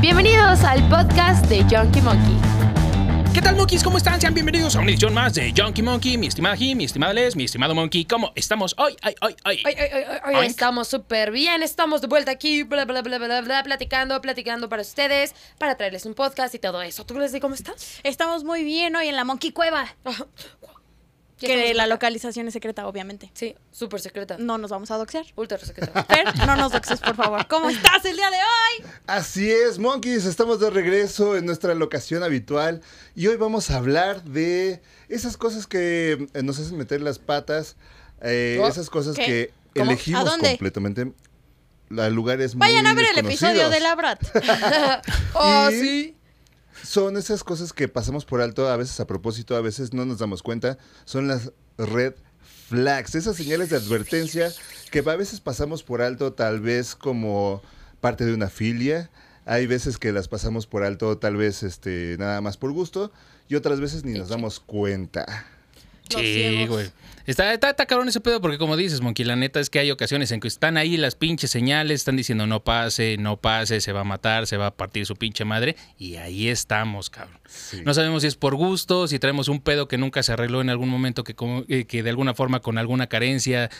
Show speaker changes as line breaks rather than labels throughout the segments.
Bienvenidos al podcast de Junkie Monkey.
¿Qué tal, monkeys? ¿Cómo están? Sean bienvenidos a una edición más de Junkie Monkey, mi estimada Jim, mi estimada Les, mi estimado Monkey. ¿Cómo estamos hoy? Ay, ay, ay.
Hoy, hoy, hoy, hoy, hoy estamos súper bien, estamos de vuelta aquí, bla, bla, bla, bla, bla, platicando, platicando para ustedes, para traerles un podcast y todo eso. ¿Tú, Leslie, cómo estás?
Estamos muy bien hoy en la Monkey Cueva.
Ya
que
estamos-
la localización es secreta, obviamente.
Sí, súper secreta.
No nos vamos a doxear.
Ultra secreta.
Fer, no nos doxes, por favor. ¿Cómo estás el día de hoy?
Así es, monkeys, estamos de regreso en nuestra locación habitual y hoy vamos a hablar de esas cosas que eh, nos hacen meter las patas, eh,
Oh,
esas cosas
¿qué?
que
¿Cómo?
elegimos
¿A dónde?
completamente a lugares muy
Vayan a ver el episodio
desconocidos.
de la Brat.
oh,
Y-
sí.
Son esas cosas que pasamos por alto a veces a propósito, a veces no nos damos cuenta, son las red flags, esas señales de advertencia que a veces pasamos por alto tal vez como parte de una filia, hay veces que las pasamos por alto tal vez este nada más por gusto y otras veces ni nos damos cuenta.
Los
Sí,
ciegos.
güey. Está, está, está cabrón ese pedo porque como dices, Monkey, la neta es que hay ocasiones en que están ahí las pinches señales, están diciendo no pase, no pase, se va a matar, se va a partir su pinche madre y ahí estamos, cabrón.
Sí.
No sabemos si es por gusto, si traemos un pedo que nunca se arregló en algún momento, que, como- eh, que de alguna forma con alguna carencia,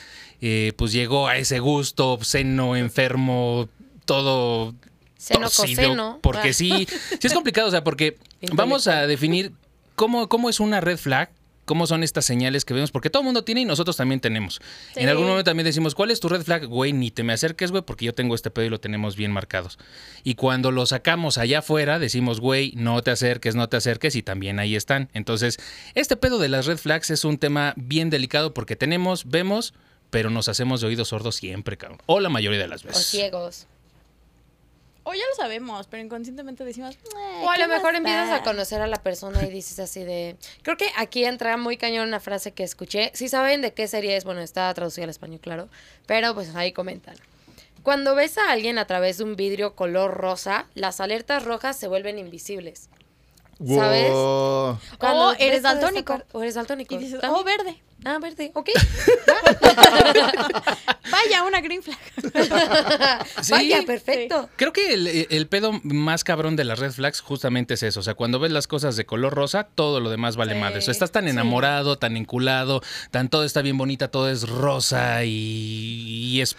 eh, pues llegó a ese gusto obsceno, enfermo, todo
Seno,
torcido,
coseno.
Porque
Ah.
sí, sí es complicado, o sea, porque vamos a definir cómo, cómo es una red flag, cómo son estas señales que vemos, porque todo el mundo tiene y nosotros también tenemos.
Sí.
En algún momento también decimos, ¿cuál es tu red flag? Güey, ni te me acerques, güey, porque yo tengo este pedo y lo tenemos bien marcados. Y cuando lo sacamos allá afuera, decimos, güey, no te acerques, no te acerques, y también ahí están. Entonces, este pedo de las red flags es un tema bien delicado porque tenemos, vemos, pero nos hacemos de oídos sordos siempre, cabrón. O la mayoría de las
O
veces.
ciegos.
O ya lo sabemos, pero inconscientemente decimos. "Eh,
O a lo mejor empiezas a conocer a la persona y dices así de... Creo que aquí entra muy cañón una frase que escuché. Si saben de qué serie es, bueno, está traducida al español, claro. Pero pues ahí comentan. Cuando ves a alguien a través de un vidrio color rosa, las alertas rojas se vuelven invisibles. ¿Sabes?
Wow.
Cuando
Oh, eres
ves a
daltónico.
esa par- O eres daltónico.
Y dices,
También.
oh, verde.
Ah, verde. Ok.
Vaya, una green flag.
Sí.
Vaya, perfecto.
Creo que el, eh, el pedo más cabrón de las red flags justamente es eso. O sea, cuando ves las cosas de color rosa, todo lo demás vale
Sí,
madre. O sea, estás tan
sí.
enamorado, tan enculado, tan todo está bien bonita, todo es rosa y, y es...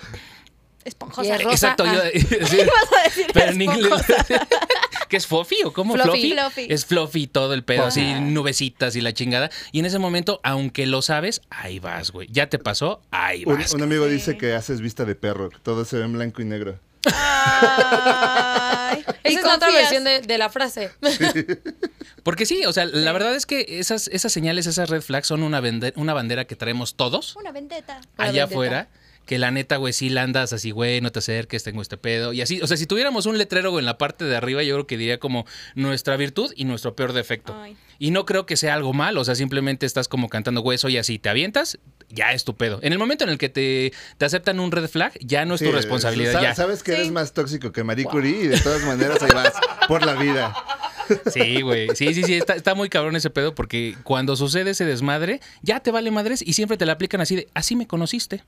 Y
Esponjosa.
es rosa.
Exacto, yo...
ah.
sí,
Vas a decir
pero en inglés...
esponjosa.
¿Qué es fluffy o cómo?
Fluffy.
Fluffy.
Es fluffy todo el pedo, así nubecitas y la chingada. Y en ese momento, aunque lo sabes, ahí vas, güey. Ya te pasó, ahí
Un,
vas.
un amigo dice que haces vista de perro, que todo se ve en blanco y negro.
Ay. Y
Esa es la otra
confías.
versión de, de la frase.
Porque sí, o sea, la verdad es que esas, esas señales, esas red flags son una, bende- una bandera que traemos todos
Una vendetta.
Una
allá
vendetta.
afuera. Que la neta, güey, sí la andas así, güey, no te acerques, tengo este pedo. Y así, o sea, si tuviéramos un letrero güey, en la parte de arriba, yo creo que diría como nuestra virtud y nuestro peor defecto.
Ay.
Y no creo que sea algo malo, o sea, simplemente estás como cantando, güey, soy así, te avientas, ya es tu pedo. En el momento en el que te, te aceptan un red flag, ya no es tu
Sí,
responsabilidad.
sa-
ya.
Sabes que
Sí.
eres más tóxico que Marie Curie y de todas maneras ahí vas por la vida.
Sí, güey. Sí, sí, sí. Está, está muy cabrón ese pedo porque cuando sucede ese desmadre, ya te vale madres y siempre te la aplican así de, así me conociste.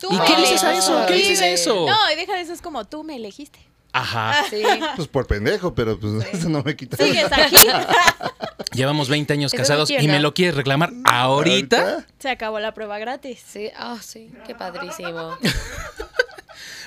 Tú
¿Y
me
qué le dices a
elegiste.
eso? ¿Qué le dices a
horrible.
eso?
No, y deja de eso, es como tú me elegiste.
Ajá.
Sí.
Pues por pendejo, pero pues eso no me quita.
¿Sigues aquí?
Llevamos 20 años
Eso no
casados y
quiero.
me lo quieres reclamar ahorita.
Se acabó la prueba gratis.
Sí. Ah, sí. Qué padrísimo.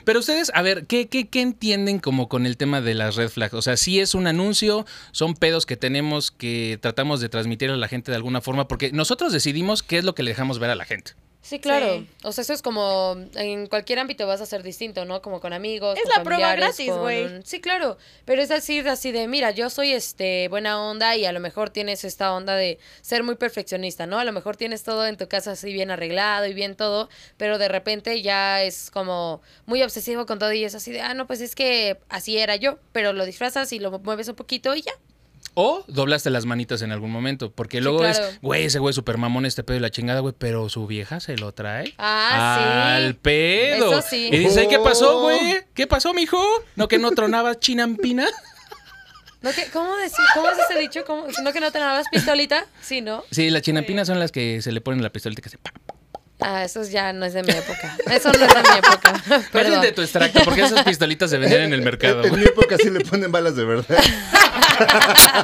Pero ustedes, a ver, ¿qué, qué, qué entienden como con el tema de las red flags? O sea, si es un anuncio, son pedos que tenemos que tratamos de transmitir a la gente de alguna forma porque nosotros decidimos qué es lo que le dejamos ver a la gente.
Sí, claro.
Sí.
O sea, eso es como en cualquier ámbito vas a ser distinto, ¿no? Como con amigos.
Es
con
la prueba
familiares,
gratis,
con
güey.
un- Sí, claro. Pero es decir así de, mira, yo soy este buena onda y a lo mejor tienes esta onda de ser muy perfeccionista, ¿no? A lo mejor tienes todo en tu casa así bien arreglado y bien todo, pero de repente ya es como muy obsesivo con todo y es así de, ah, no, pues es que así era yo, pero lo disfrazas y lo mueves un poquito y ya.
O doblaste las manitas en algún momento, porque
Sí,
luego
claro.
es, güey, ese güey es super mamón este pedo y la chingada, güey, pero su vieja se lo trae.
Ah, sí.
Al pedo.
Eso sí.
Y dice, ¿qué pasó,
Oh.
güey? ¿Qué pasó, mijo? ¿No que no tronabas chinampina?
¿No que, ¿Cómo decir? ¿Cómo es ese dicho? ¿Cómo, ¿No que no te nabas pistolita? Sí, ¿no?
Sí, las chinampinas son las que se le ponen la pistolita que se... pa, pa, pa,
Ah, eso ya no es de mi época. Eso no es de mi época.
Pero es
Perdón.
de tu extracto, porque esas pistolitas se vendían en el mercado.
En mi
güey.
época sí le ponen balas de verdad.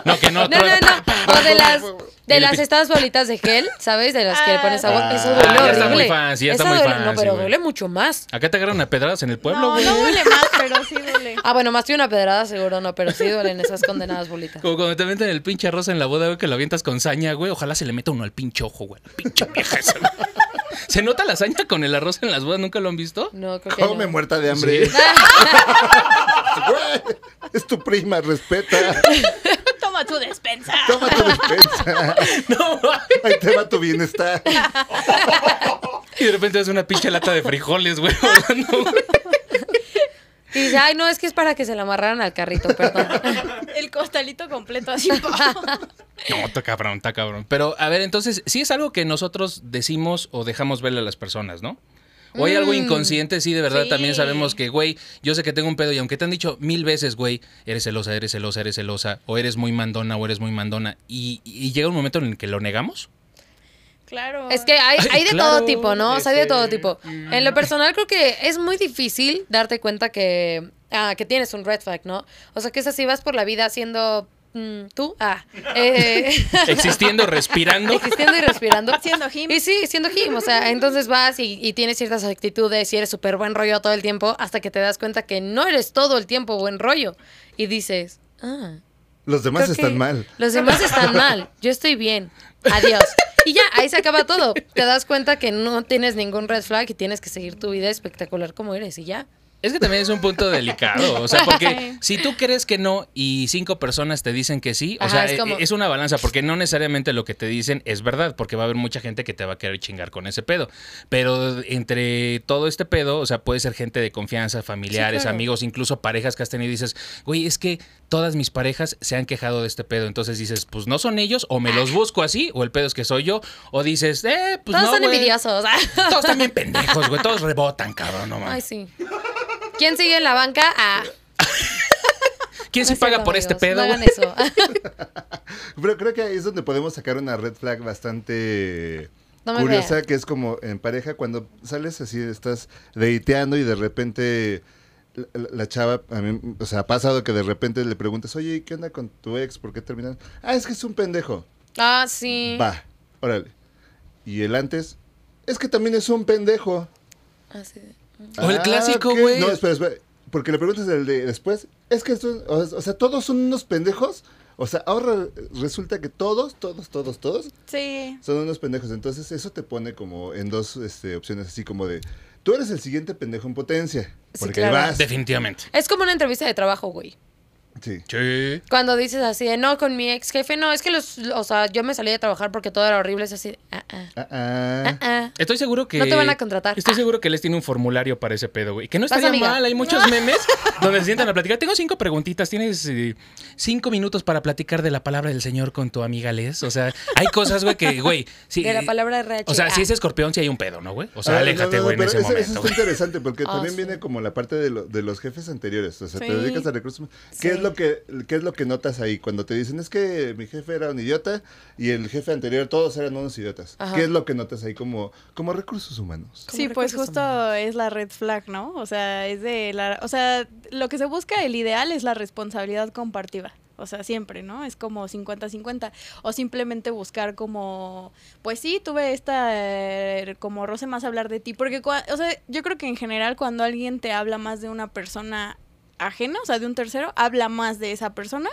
No, que no.
No,
truena.
no, no. O de las, de
Y le
las
pis-
estas bolitas de gel, ¿sabes? De las que le pones agua.
Ah.
Eso duele
Ah, ya está
horrible.
muy fancy, ya está
Esa
muy
duele- No,
fancy,
pero
güey.
duele mucho más.
Acá te agarran a pedradas en el pueblo,
No,
güey.
no duele más, pero sí duele.
Ah, bueno, más que una pedrada seguro no, pero sí duelen esas condenadas bolitas.
Como cuando te meten el pinche arroz en la boda, güey, que lo avientas con saña, güey. Ojalá se le meta uno al pinche ojo, güey. La Pinche vieja esa, güey. ¿Se nota la saña con el arroz en las bodas? ¿Nunca lo han visto?
No, creo que
Come
no.
muerta de hambre.
Sí.
Güey, Es tu prima, respeta.
Toma tu despensa.
Toma tu despensa.
No, güey.
Ahí te va tu bienestar.
Y de repente es una pinche lata de frijoles, güey, volando, güey.
Y dice, ay, no, es que es para que se la amarraran al carrito, perdón.
El costalito completo así. po.
No, está cabrón, está cabrón. Pero, a ver, entonces, sí es algo que nosotros decimos o dejamos verle a las personas, ¿no? O hay algo inconsciente, sí, de verdad
sí.
también sabemos que, güey, yo sé que tengo un pedo y aunque te han dicho mil veces, güey, eres celosa, eres celosa, eres celosa, o eres muy mandona, o eres muy mandona, y, y llega un momento en el que lo negamos.
Claro.
Es que hay, hay de
Claro,
todo tipo, ¿no? O sea, hay de
este,
todo tipo.
Mm.
En lo personal creo que es muy difícil darte cuenta que, ah, que tienes un red flag, ¿no? O sea, que es así, vas por la vida siendo mm, tú, ah, eh,
Existiendo, respirando.
existiendo y respirando.
Siendo him.
Y sí, siendo Kim, o sea, entonces vas y, y tienes ciertas actitudes y eres súper buen rollo todo el tiempo hasta que te das cuenta que no eres todo el tiempo buen rollo y dices, ah,
Los demás
creo que
están mal.
Los demás están mal. Yo estoy bien. Adiós. Y ya, ahí se acaba todo. Te das cuenta que no tienes ningún red flag y tienes que seguir tu vida espectacular como eres y ya.
Es que también es un punto delicado, o sea, porque si tú crees que no y cinco personas te dicen que sí, o
Ajá,
sea,
es
e- es,
como-
una balanza, porque no necesariamente lo que te dicen es verdad, porque va a haber mucha gente que te va a querer chingar con ese pedo, pero entre todo este pedo, o sea, puede ser gente de confianza, familiares,
claro.
amigos, incluso parejas que has tenido y dices, güey, es que todas mis parejas se han quejado de este pedo, entonces dices, pues no son ellos, o me los busco así, o el pedo es que soy yo, o dices, eh, pues
Todos
no,
son
güey.
envidiosos. Ah.
Todos también pendejos, güey, todos rebotan, cabrón, no mames.
Ay, sí. ¿Quién sigue en la banca? Ah,
¿Quién
no
se
es
paga
cierto,
por este
amigos,
pedo?
No
güey?
hagan eso.
Pero creo que ahí es donde podemos sacar una red flag bastante
No me
curiosa,
vean.
que es como en pareja, cuando sales así, estás deiteando y de repente la, la- la chava, a mí, o sea, ha pasado que de repente le preguntas, oye, ¿qué onda con tu ex? ¿Por qué terminaron? Ah, es que es un pendejo.
Ah, sí.
Va, órale. Y el antes, es que también es un pendejo.
Así de-
O el
Ah,
clásico,
ok.
güey.
No, espera, espera. Porque le preguntas el de después, es que esto, o, o sea, todos son unos pendejos. O sea, ahora resulta que todos, todos, todos, todos
Sí.
son unos pendejos. Entonces eso te pone como en dos este, opciones, así como de, tú eres el siguiente pendejo en potencia.
Sí,
Porque
claro.
vas.
Definitivamente.
Es como una entrevista de trabajo, güey.
Sí.
Sí.
Cuando dices así de, no, con mi ex jefe, no, es que los, o sea, yo me salí de trabajar porque todo era horrible, es así, de, ah, ah,
Ah, ah.
ah, ah.
Estoy seguro que.
No te van a contratar.
Estoy seguro que les tiene un formulario para ese pedo, güey. Que no
Vas,
estaría
amiga.
mal. Hay muchos memes donde se sientan a platicar. Tengo cinco preguntitas. Tienes eh, cinco minutos para platicar de la palabra del Señor con tu amiga Les. O sea, hay cosas, güey, que, güey. sí,
De la
eh,
palabra RH.
O sea, si
ah.
es escorpión, sí hay un pedo, ¿no, güey? O sea,
Ah,
aléjate,
no, no,
güey,
pero
en ese,
eso-
momento.
Eso
güey.
está interesante porque
Ah,
también
sí.
viene como la parte de, lo- de los jefes anteriores. O sea,
Sí.
te dedicas a recursos humanos. ¿Qué, es
Sí.
lo que, ¿Qué es lo que notas ahí? Cuando te dicen, es que mi jefe era un idiota y el jefe anterior, todos eran unos idiotas.
Ajá.
¿Qué es lo que notas ahí como, como recursos humanos?
Como
Sí, pues
recursos
justo es la red flag, ¿no? O sea, es de la, o sea, lo que se busca el ideal es la responsabilidad compartida. O sea, siempre, ¿no? Es como 50-50. O simplemente buscar como, pues sí, tuve esta, eh, como roce más hablar de ti. Porque, cua- o sea, yo creo que en general cuando alguien te habla más de una persona ajena, o sea, de un tercero, habla más de esa persona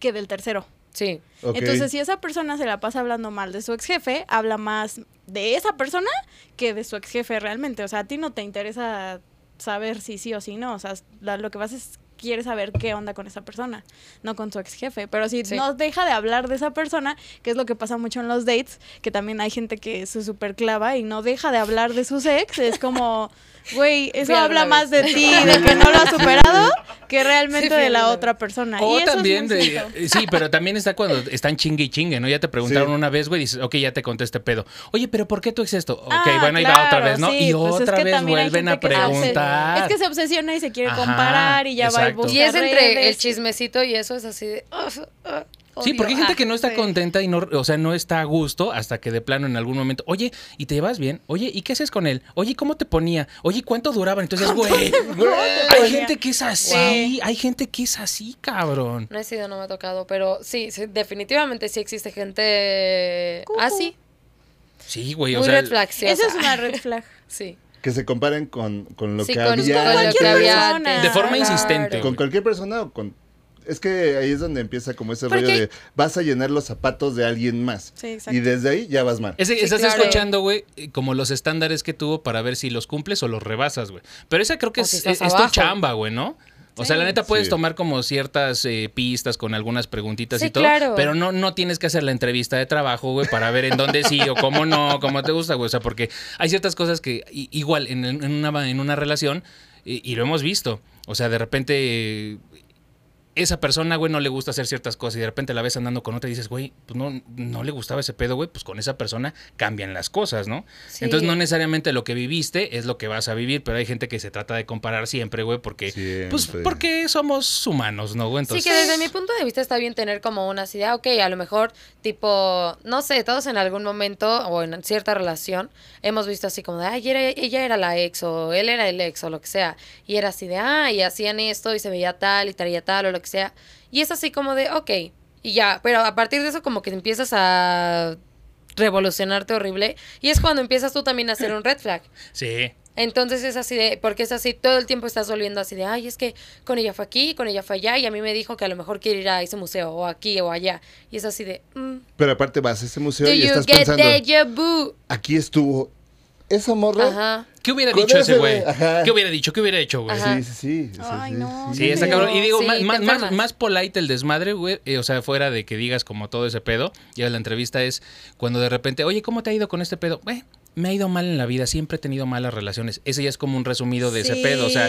que del tercero.
Sí.
Ok.
Entonces, si esa persona se la pasa hablando mal de su ex jefe, habla más de esa persona que de su ex jefe realmente. O sea, a ti no te interesa saber si sí o si no. O sea, la- lo que vas es quieres saber qué onda con esa persona, no con su ex jefe. Pero si
Sí.
no deja de hablar de esa persona, que es lo que pasa mucho en los dates, que también hay gente que se superclava y no deja de hablar de sus ex, es como, güey, eso
Fui alguna
habla más de
vez.
ti, de que no lo has superado, que realmente
Sí, fui
de la
alguna
otra persona.
O
Ah, y eso es
también
muy
de-
cierto.
eh, Sí, pero también está cuando están chingue y chingue, ¿no? Ya te preguntaron
Sí.
una vez, güey, dices, ok, ya te contesté pedo. Oye, pero ¿por qué tú ex esto? Ok,
Ah,
bueno, ahí va otra
claro,
vez, ¿no?
sí,
y
pues es
otra
que
vez
también hay
vuelven a
gente que se obses-
preguntar.
Es que se obsesiona y se quiere
Ajá,
comparar y ya va y
exacto.
busca
Y es entre
redes.
el chismecito y eso es así de. "Uf, ah".
Sí,
odio.
porque hay gente
Ah,
que no está
sí.
contenta y no, o sea, no está a gusto hasta que de plano en algún momento, oye, ¿y te llevas bien? Oye, ¿y qué haces con él? Oye, ¿cómo te ponía? Oye, ¿cuánto duraban? Entonces, güey, hay
ponía?
gente que es así, hay gente que es así, cabrón.
ah, No he sido, no me ha tocado, pero sí, sí, definitivamente sí existe gente
Cucu.
así.
Sí, güey,
Muy
o sea,
red flag, sí, o
Esa es
sea,
una red flag.
Sí.
Que se comparen con, con lo
Sí,
que
con, con
había.
lo
antes.
que
cualquier
había
persona,
antes.
De forma insistente.
¿Con cualquier persona o con.? Es que ahí es donde empieza como ese
Porque-
rollo de vas a llenar los zapatos de alguien más.
Sí, exacto.
y desde ahí ya vas mal.
Es- estás
claro.
escuchando, güey, eh, como los estándares que tuvo para ver si los cumples o los rebasas, güey. Pero esa creo que
O
es,
si estás
es- es tu
abajo.
chamba, güey, ¿no? O sea, la neta puedes
Sí.
tomar como ciertas eh, pistas con algunas preguntitas
Sí,
y todo,
claro.
pero no, no tienes que hacer la entrevista de trabajo, güey, para ver en dónde sí o cómo no, cómo te gusta, güey. O sea, porque hay ciertas cosas que i- igual en, en una, en una relación, eh, y lo hemos visto, o sea, de repente... eh, esa persona, güey, no le gusta hacer ciertas cosas y de repente la ves andando con otra y dices, güey, pues no, no le gustaba ese pedo, güey, pues con esa persona cambian las cosas, ¿no?
Sí.
Entonces no necesariamente lo que viviste es lo que vas a vivir, pero hay gente que se trata de comparar siempre, güey, porque, pues,
Siempre.
porque somos humanos, ¿no, güey? Entonces,
sí, que desde mi punto de vista está bien tener como una idea, ok, a lo mejor tipo, no sé, todos en algún momento o en cierta relación hemos visto así como de, ay, era- ella era la ex o él era el ex o lo que sea, y era así de, ah, y hacían esto y se veía tal y traía tal o lo que sea, y es así como de, ok, y ya, pero a partir de eso como que te empiezas a revolucionarte horrible y es cuando empiezas tú también a hacer un red flag.
sí.
Entonces es así de, porque es así, todo el tiempo estás volviendo así de, ay, es que con ella fue aquí, con ella fue allá, y a mí me dijo que a lo mejor quiere ir a ese museo, o aquí, o allá. Y es así de, mm,
Pero aparte vas a ese museo
do
y
you
estás
get
pensando,
déjà vu?
aquí estuvo esa morra.
Ajá.
¿Qué hubiera
Con
dicho ese
ese,
güey?
ajá.
¿Qué hubiera dicho? ¿Qué hubiera hecho, güey?
Ajá.
Pues Sí, sí, sí. sí,
Ay,
sí,
no,
Sí, está cabrón. Y digo,
Sí,
más,
te
más, más,
enfermas.
más polite el desmadre, güey. eh, o sea, fuera de que digas como todo ese pedo. Ya la entrevista es cuando de repente, oye, ¿cómo te ha ido con este pedo? Güey, me ha ido mal en la vida. Siempre he tenido malas relaciones. Ese ya es como un resumido de ese
Sí.
pedo. O sea,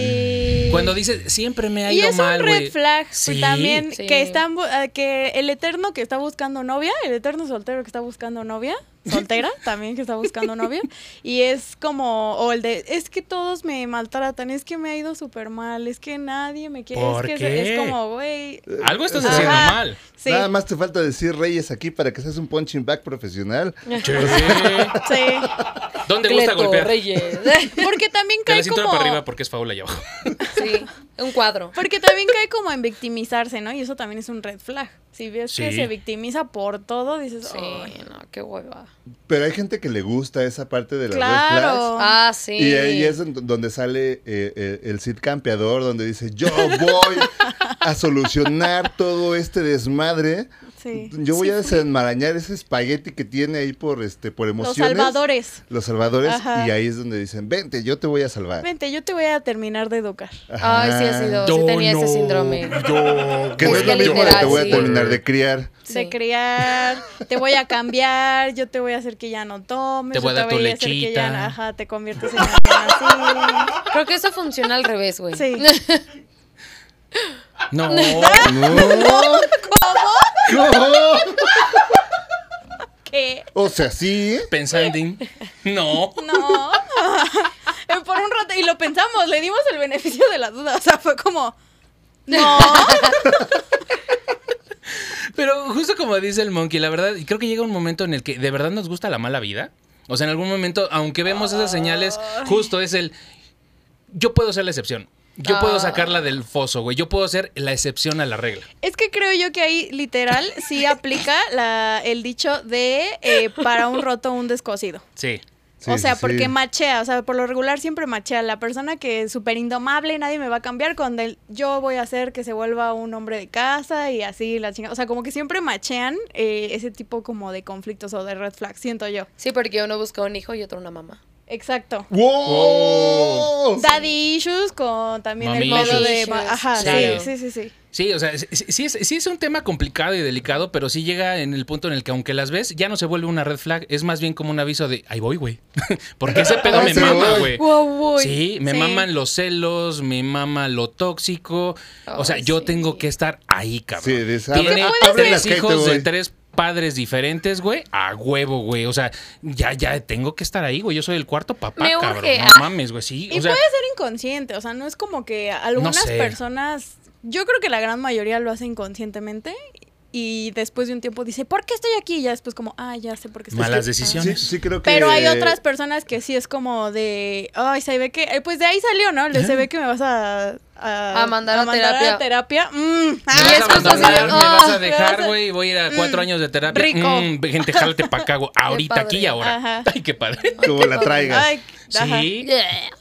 cuando dices, siempre me ha
Y
ido
es
mal,
un red
güey.
flag pues,
Sí.
también
Sí.
que están bu- ah, que el eterno que está buscando novia, el eterno soltero que está buscando novia, soltera también que está buscando novia y es como o el de es que todos me maltratan, es que me ha ido súper mal, es que nadie me quiere,
¿Por
es que es-
qué?
es como güey,
Algo estás
Ajá.
haciendo mal.
sí.
Nada más te falta decir Reyes aquí para que seas un punching back profesional.
Sí.
¿Dónde gusta
Cleto
golpear?
Reyes.
Porque también
De
cae
la cintura
como
para arriba porque es faula allá abajo.
sí, un cuadro.
Porque también cae como en victimizarse, ¿no? Y eso también es un red flag. Si ves que
Sí.
se victimiza por todo, dices,
Sí,
"Ay,
no, qué hueva.
Pero hay gente que le gusta esa parte de las red
Claro.
flags.
Ah, sí.
Y ahí es en donde sale eh, eh, el Cid Campeador, donde dice, yo voy a solucionar todo este desmadre.
sí.
Yo voy a desenmarañar ese espagueti que tiene ahí por, este, por
Los
emociones.
salvadores.
Los salvadores.
Ajá.
Y ahí es donde dicen, vente, yo te voy a salvar.
Vente, yo te voy a terminar de educar.
Ay, sí, ha
Ajá.
sido, sí tenía ese síndrome.
Que no
Es
es lo
que
mismo de
literal,
te voy
sí.
a terminar de criar.
Sí.
De criar, te voy a cambiar, yo te voy a hacer que ya no tomes,
Te voy a
yo
dar tu
hacer que
lechita.
ya, no- ajá, te conviertes en alguien
Creo que eso funciona al revés, güey.
así. Sí.
No.
No. ¿Cómo?
¿Qué?
O sea, sí. ¿eh?
Pensando. en- No.
No. Eh, Por un rato, y lo pensamos, le dimos el beneficio de la duda, o sea, fue como, no.
Pero justo como dice el Monkey, la verdad, y creo que llega un momento en el que de verdad nos gusta la mala vida. O sea, en algún momento, aunque vemos esas señales, justo es el. Yo puedo ser la excepción. Yo
Ah.
puedo sacarla del foso, güey. Yo puedo ser la excepción a la regla.
Es que creo yo que ahí literal sí aplica la, el dicho de eh, para un roto un descosido.
Sí.
Sí,
o sea,
sí,
porque
sí.
machea, o sea, por lo regular siempre machea. La persona que es súper indomable, nadie me va a cambiar con el yo voy a hacer que se vuelva un hombre de casa y así la chingada. O sea, como que siempre machean eh, ese tipo como de conflictos o de red flags, siento yo.
Sí, porque uno busca un hijo y otro una mamá.
Exacto.
¡Wow!
Daddy issues con también
Mommy
el modo de...
issues.
ma- Ajá,
Claro.
sí, sí, sí, sí.
Sí, o sea, sí, sí es, sí es un tema complicado y delicado, pero sí llega en el punto en el que aunque las ves, ya no se vuelve una red flag, es más bien como un aviso de, ahí voy, güey. Porque ese pedo
Ahí
me
se
mama,
voy.
güey.
Wow,
Sí, me maman los celos, me mama lo tóxico. o sea,
Ay,
yo
sí.
tengo que estar ahí, cabrón.
Sí, dice, abre-
Tiene
abre
tres
las que te
hijos de
voy.
tres padres diferentes, güey. A huevo, güey. O sea, ya, ya tengo que estar ahí, güey. Yo soy el cuarto papá,
Me
cabrón.
urge.
No
Ah.
mames, güey. Sí,
Y
o sea,
puede ser inconsciente, o sea, no es como que algunas
sé.
personas, yo creo que la gran mayoría lo hace inconscientemente y después de un tiempo dice, ¿por qué estoy aquí? Y ya después como, ah, ya sé por qué estoy
Malas
aquí.
decisiones.
Sí, sí creo que...
Pero hay otras personas que sí es como de, ay, se ve que, eh, pues de ahí salió, ¿no? Le- Se ve que me vas a...
A mandar a terapia.
terapia. Mm,
Me vas
es
a
justo así de,
abandonar, me vas a
"Ah, me vas
dejar,
a-".
güey, y voy a ir a cuatro años de terapia.
rico.
Mm, gente, jálate pa' acá, güey, ahorita,
padre.
aquí y ahora.
Ajá.
Ay, qué padre.
Como la traigas.
Ay, ajá.
Sí,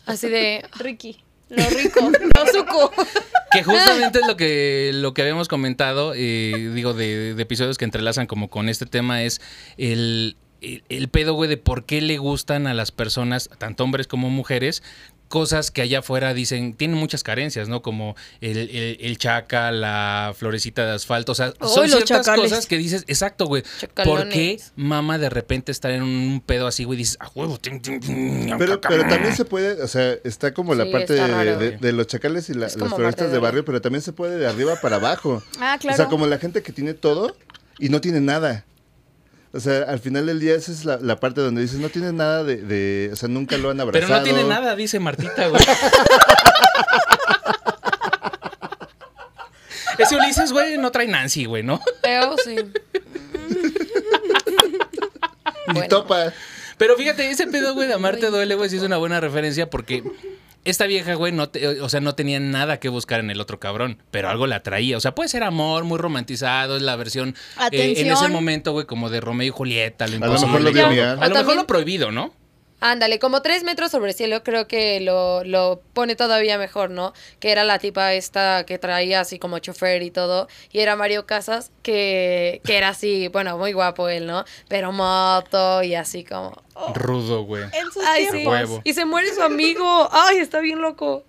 Así de,
Ricky. Lo rico, lo suco.
que justamente es lo que, lo que habíamos comentado, eh, digo, de, de episodios que entrelazan como con este tema es el, el, el pedo, güey, de por qué le gustan a las personas, tanto hombres como mujeres, cosas que allá afuera dicen, tienen muchas carencias, ¿no? Como el, el, el chaca, la florecita de asfalto, o sea, son
Ay, los
ciertas
chacales.
cosas que dices, exacto, güey, ¿por
Chacalones.
qué mamá de repente estar en un pedo así, güey, dices, a huevo, tin, tin, tin,
Pero,
caca,
pero
mm"?
también se puede, o sea, está como la
Sí,
parte
está
de,
raro.
de- de los chacales y la-
Es
las
como parte
florestas de
de-
barrio, pero también se puede de arriba para abajo.
Ah, claro.
O sea, como la gente que tiene todo y no tiene nada. O sea, al final del día esa es la, la parte donde dices, no tiene nada de, de- O sea, nunca lo han
Pero
abrazado.
no tiene nada, dice Martita, güey. Ese Ulises, güey, no trae Nancy, güey, ¿no?
feo, oh, sí.
Ni
Bueno.
topa.
Pero fíjate, ese pedo, güey, de Amarte Duele, güey, sí es una buena referencia porque esta vieja, güey, no te- o sea, no tenía nada que buscar en el otro cabrón, pero algo la traía. O sea, puede ser amor muy romantizado, es la versión eh, en ese
Atención.
momento, güey, como de Romeo y Julieta, lo
A lo mejor
imposible.
lo vio llegar.
A lo mejor
También-
lo prohibido, ¿no?
Ándale, como tres metros sobre el cielo, creo que lo, lo pone todavía mejor, ¿no? Que era la tipa esta que traía así como chofer y todo, y era Mario Casas, que, que era así, bueno, muy guapo él, ¿no? Pero moto y así como...
Rudo, güey.
En sus
Ay, sí.
tiempos.
Huevo.
Y se muere su amigo. Ay, está bien loco.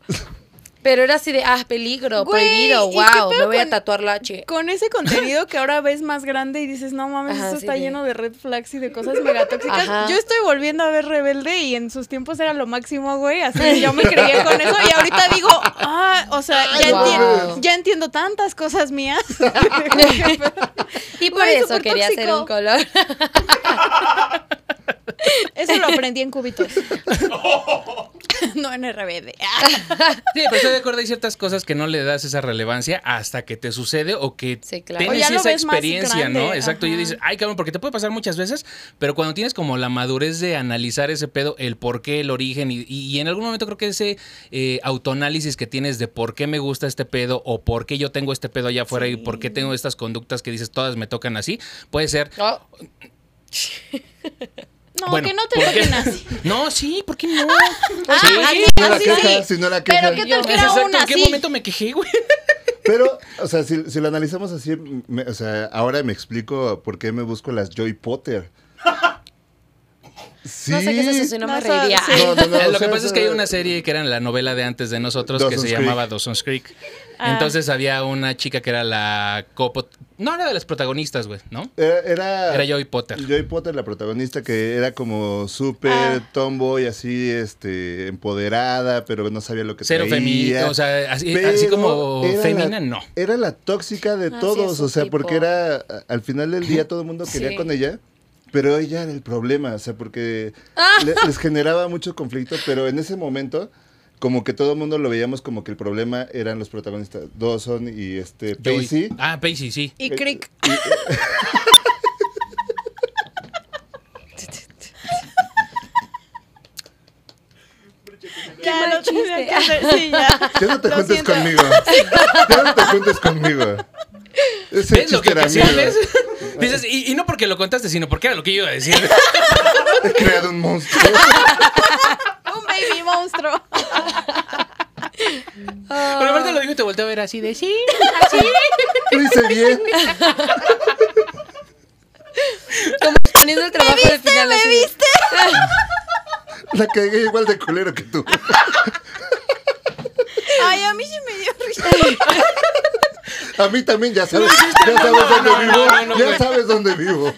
Pero era así de, ah, peligro,
Güey,
prohibido,
¿y qué
wow,
pedo
me voy a
con-
tatuar la H.
Con ese contenido que ahora ves más grande y dices, no mames,
Ajá,
esto
sí,
está
de-
lleno de red flags y de cosas megatóxicas.
Ajá.
Yo estoy volviendo a ver Rebelde y en sus tiempos era lo máximo, güey. Así yo me creía con eso y ahorita digo, ah, o sea, ya,
Ay, wow.
entiendo, ya entiendo tantas cosas mías.
Y por
Güey,
eso
súper
quería hacer
tóxico.
un color.
Eso lo aprendí en cubitos. No en Ah, RBD.
Sí, pero estoy de acuerdo, hay ciertas cosas que no le das esa relevancia hasta que te sucede o que
Sí, claro.
O
tienes
ya lo
esa
ves más
experiencia,
grande,
¿no? Exacto, y
ajá.
dices, ay, cabrón, porque te puede pasar muchas veces, pero cuando tienes como la madurez de analizar ese pedo, el por qué, el origen, y, y- y en algún momento creo que ese eh, autoanálisis que tienes de por qué me gusta este pedo o por qué yo tengo este pedo allá afuera y por qué tengo estas conductas que dices, todas me tocan así, puede ser...
Oh,
No,
bueno,
que no te
¿por qué?
toquen así.
No, sí, ¿por qué no?
Ah, así,
Si no la
así
queja,
sí.
si no la queja.
Pero qué tal que era
Exacto,
una
¿en qué
así.
momento me quejé, güey?
Pero, o sea, si, si lo analizamos así, me- o sea, ahora me explico por qué me busco las Joy Potter. Sí.
No sé qué es eso, si no,
No,
me
o sea,
reiría.
sí.
No, no, no, o
Ah, lo que
sea,
pasa es que hay una serie que era la novela de antes de nosotros que
Dawson's
se
Creek.
llamaba Dawson's Creek.
Ah.
Entonces había una chica que era la copo... No, era de las protagonistas, güey, ¿no?
Era, Eh, era,
Era Joey Potter.
Joy Potter, la protagonista, que era como súper
Ah.
tomboy, así, este, empoderada, pero no sabía lo que
Cero
traía.
feminista, o sea, así,
Pero
así como
era la-
femina, no.
Era la tóxica de
Así
todos,
es,
o
un
sea,
tipo.
porque era, a- al final del día todo el mundo quería
Sí.
con ella, pero ella era el problema, o sea, porque
Ah.
le- les generaba mucho conflicto, pero en ese momento, como que todo el mundo lo veíamos como que el problema eran los protagonistas, Dawson y este,
Joey.
Pacey.
Ah, Paisy, sí.
Eh,
Y Crick. Ya
mal
lo tenía
chiste.
que hacer, Sí, ya.
Ya no te
Lo
juntes
siento.
conmigo. Ya no te juntes conmigo. Ese
¿Ves lo
chiste
que
era
decía?
mío.
¿Ves? Dices, y, y no porque lo contaste, sino porque era lo que yo iba a decir.
He creado un monstruo.
Un baby monstruo.
Pero aparte lo digo y te volteo a ver así de sí.
Lo hice bien.
Como poniendo el trabajo de final. así de-
La cagué igual de culero que tú.
Ay, a mí sí me dio risa.
A mí también ya sabes, ya sabes dónde
no,
vivo.
no, no,
ya
güey.
sabes dónde vivo.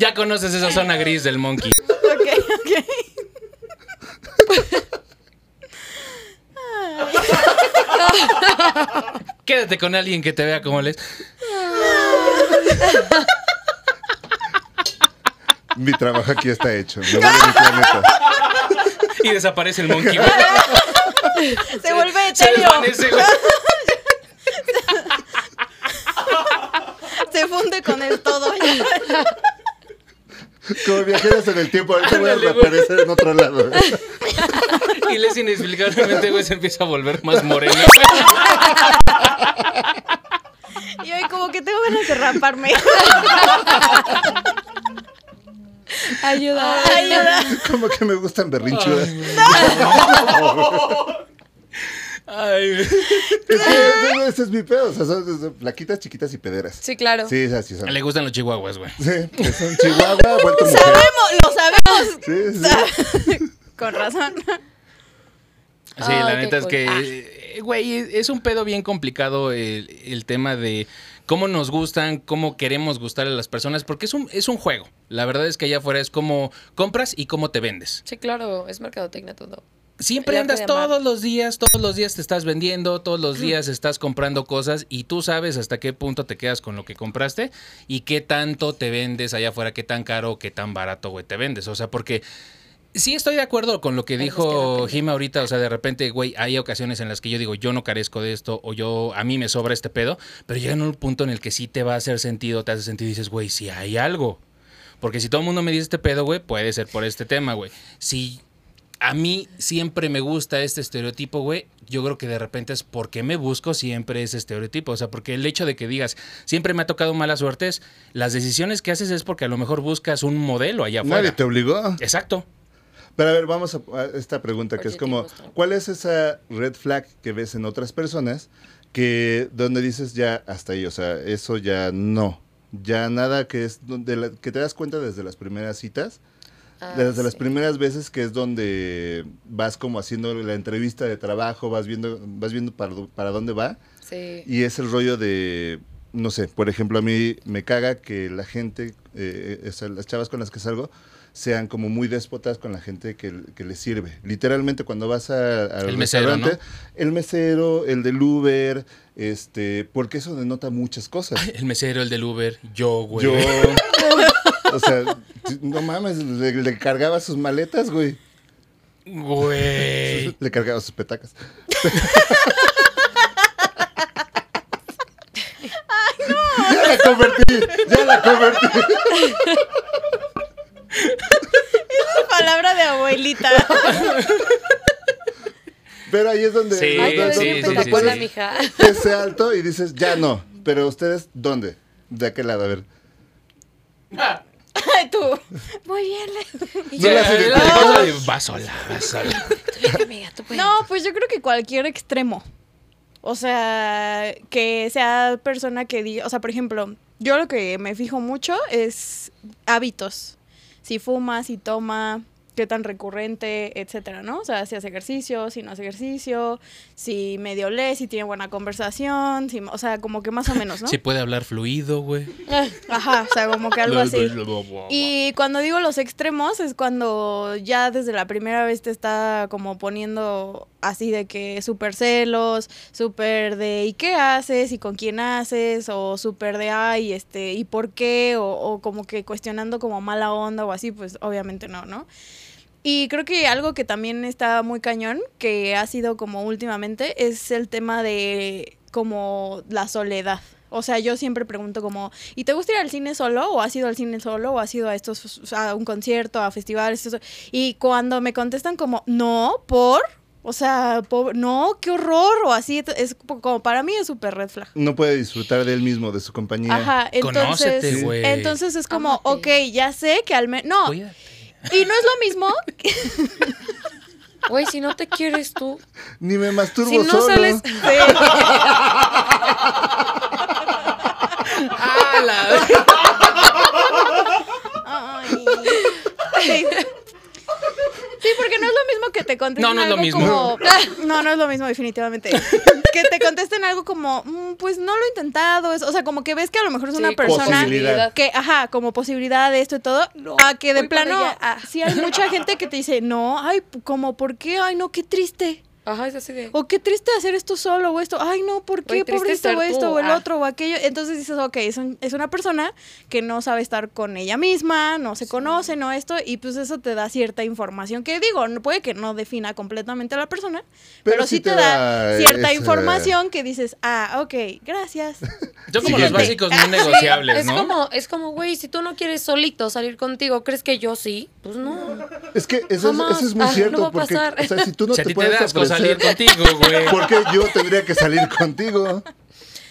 Ya conoces esa zona gris del monkey.
Ok, ok.
Quédate con alguien que te vea como les.
Mi trabajo aquí está hecho. Me voy a mi planeta.
Y desaparece el monkey, güey.
Se vuelve
Se
etéreo.
desvanece, güey.
Se funde confunde con el todo.
Como viajeros en el tiempo, ahorita voy a reaparecer en otro lado.
Y les inexplicablemente, güey, se empieza a volver más morena, güey.
y hoy como que tengo ganas de ramparme.
Ayuda.
Ayuda.
Como que me gustan berrinchudas.
Ay, güey.
Es que ese- ese es mi pedo. O sea, son, son flaquitas, chiquitas y pederas.
Sí, claro.
Sí, esas sí son.
Le gustan los chihuahuas, güey.
Sí, que son chihuahua, vuelto mujer.
sabemos, lo sabemos.
Sí, sí.
con razón.
Sí,
Ay,
la
qué
neta es
cool.
que,
Ah.
eh, güey, es- es un pedo bien complicado el, el tema de cómo nos gustan, cómo queremos gustar a las personas, porque es un, es un juego. La verdad es que allá afuera es como compras y cómo te vendes.
Sí, claro, es mercadotecnia todo.
Siempre
El arte
andas
de amar. Mm.
todos los días, todos los días te estás vendiendo, todos los días estás comprando cosas y tú sabes hasta qué punto te quedas con lo que compraste y qué tanto te vendes allá afuera, qué tan caro, qué tan barato, güey, te vendes. O sea, porque sí estoy de acuerdo con lo que
Ay, pues nos queda
dijo
pendiente.
Jim ahorita, o sea, de repente, güey, hay ocasiones en las que yo digo, yo no carezco de esto o yo, a mí me sobra este pedo, pero llega en un punto en el que sí te va a hacer sentido, te hace sentido y dices, güey, si hay algo. Porque si todo el mundo me dice este pedo, güey, puede ser por este tema, güey. Si a mí siempre me gusta este estereotipo, güey, yo creo que de repente es porque me busco siempre ese estereotipo. O sea, porque el hecho de que digas, siempre me ha tocado malas suertes, las decisiones que haces es porque a lo mejor buscas un modelo allá afuera.
Nadie te obligó.
Exacto.
Pero a ver, vamos a, a esta pregunta que es
Oye,
como,
te gusta.
¿cuál es esa red flag que ves en otras personas que donde dices ya hasta ahí, o sea, eso ya no, ya nada que es donde la- que te das cuenta desde las primeras citas,
Ah,
desde las
sí.
primeras veces que es donde vas como haciendo la entrevista de trabajo, vas viendo vas viendo para, dó- para dónde va
Sí.
y es el rollo de no sé, por ejemplo, a mí me caga que la gente, eh, o sea, las chavas con las que salgo, sean como muy déspotas con la gente que, que les sirve. Literalmente cuando vas a, al
El mesero,
restaurante, el mesero, el del Uber, este, porque eso denota muchas cosas.
El mesero, el del Uber, yo, güey.
Yo, o sea, no mames, le, le cargaba sus maletas, güey.
Güey.
Le cargaba sus petacas. Ya la convertí, ya la convertí.
Palabra de abuelita.
Pero ahí es donde,
Sí,
Ay,
donde-
te
sí,
doy mi
donde-
sí,
donde
sí,
Coca-Cola,
sí.
pones
mija.
ese alto y dices, ya no. Pero ustedes, ¿dónde? ¿De aquel lado? A ver.
Ay, tú. Muy bien.
No la hace-
Va sola, va sola.
Venga, amiga, tú puedes.
No, pues yo creo que cualquier extremo. O sea, que sea persona que diga, o sea, por ejemplo, yo lo que me fijo mucho es hábitos. Si fuma, si toma, qué tan recurrente, etcétera, ¿no? O sea, si hace ejercicio, si no hace ejercicio, si medio lee, si tiene buena conversación, si, o sea, como que más o menos, ¿no?
Si puede hablar fluido, güey.
Ajá, o sea, como que algo así.
Y...
Y cuando digo los extremos es cuando ya desde la primera vez te está como poniendo así de que súper celos, súper de ¿y qué haces? ¿y con quién haces? o súper de ay, este, ¿y por qué? O, o como que cuestionando como mala onda o así, pues obviamente no, ¿no? Y creo que algo que también está muy cañón, que ha sido como últimamente, es el tema de como la soledad. O sea, yo siempre pregunto como, ¿y te gusta ir al cine solo? ¿O has ido al cine solo? ¿O has ido a estos, a un concierto, a festivales? eso? Y cuando me contestan como, no, por, o sea, po- no, qué horror, o así, es como para mí es súper red flag.
No puede disfrutar de él mismo, de su compañía.
Ajá,
Conócete,
entonces,
güey.
entonces es como,
Ámate.
ok, ya sé que al menos, no, y
Cuídate.
no es lo mismo
Güey, si no te quieres tú.
Ni me masturbo
Si no
solo.
sales.
Ah, la...
Ay. Sí. Sí, porque no es lo mismo que te contesten
No, no es lo
algo
mismo.
como... No, no es lo mismo, definitivamente. Que te contesten algo como, "Mm, pues no lo he intentado. es- O sea, como que ves que a lo mejor es una
Sí,
persona
Posibilidad.
que, ajá, como posibilidad de esto y todo, a que de
voy para
plano,
allá.
ah, sí hay mucha gente que te dice, no, ay, como, ¿por qué? Ay, no, qué triste.
Ajá, es así de.
O qué triste hacer esto solo o esto. Ay, no, ¿por
Güey,
qué?
triste
Pobre esto
ser
o esto
tú,
o el
ah.
otro o aquello. Entonces dices, ok, es, un- es una persona que no sabe estar con ella misma, no se conoce, no esto. Y pues eso te da cierta información que digo, no puede que no defina completamente a la persona, pero, sí te, da, cierta
esa-
información que dices, ah, ok, gracias.
Son como los
Siguiente.
básicos no negociables,
Es
¿no?
como, es como, güey, si tú no quieres solito salir contigo, ¿crees que yo sí? Pues no.
Es que eso, es-
Jamás.
eso es muy
Ah,
cierto,
no va a
porque
pasar.
o sea, si tú no
si a
te
ti te
puedes
das con salir
ofrecer,
contigo, güey.
¿por qué yo tendría que salir contigo?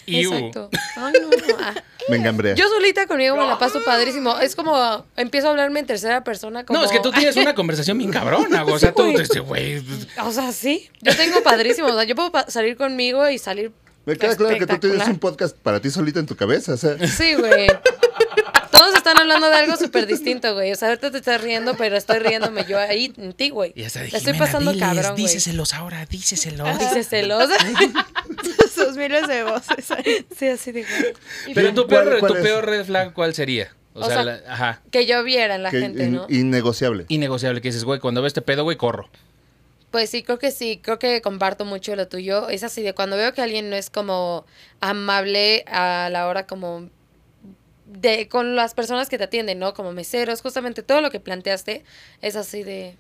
Iu.
Exacto. Ay, no, no, ah.
Me engambré.
Yo solita conmigo me la paso padrísimo. Es como empiezo a hablarme en tercera persona. Como,
No, es que tú tienes una conversación bien cabrona, güey. O sea,
Sí,
tú
güey.
dices, güey. pues,
O sea, sí. Yo tengo padrísimo. O sea, yo puedo pa- salir conmigo y salir.
Me queda claro que tú tienes
espectacular.
un podcast para ti solita en tu cabeza. O sea,
Sí, güey. Todos están hablando de algo súper distinto, güey. O sea, ahorita te estás riendo, pero estoy riéndome yo ahí en ti, güey.
Y hasta
La
dije,
estoy
"Jimena,
pasando
diles,
cabrón, güey.
Díceselos ahora, díceselos.
Dices celosa.
Sus miles de voces.
Sí, así de güey.
Pero tu
¿Cuál-
peor,
cuál
tu
es?
peor red flag, ¿cuál sería? O,
O
sea,
sea,
la- ajá.
Que yo viera en la
que
gente,
in-
¿no?
innegociable.
Innegociable, que dices, güey, cuando ves este pedo, güey, corro.
Pues sí, creo que sí, creo que comparto mucho lo tuyo. Es así de cuando veo que alguien no es como amable a la hora como de con las personas que te atienden, ¿no? Como meseros, justamente todo lo que planteaste es así de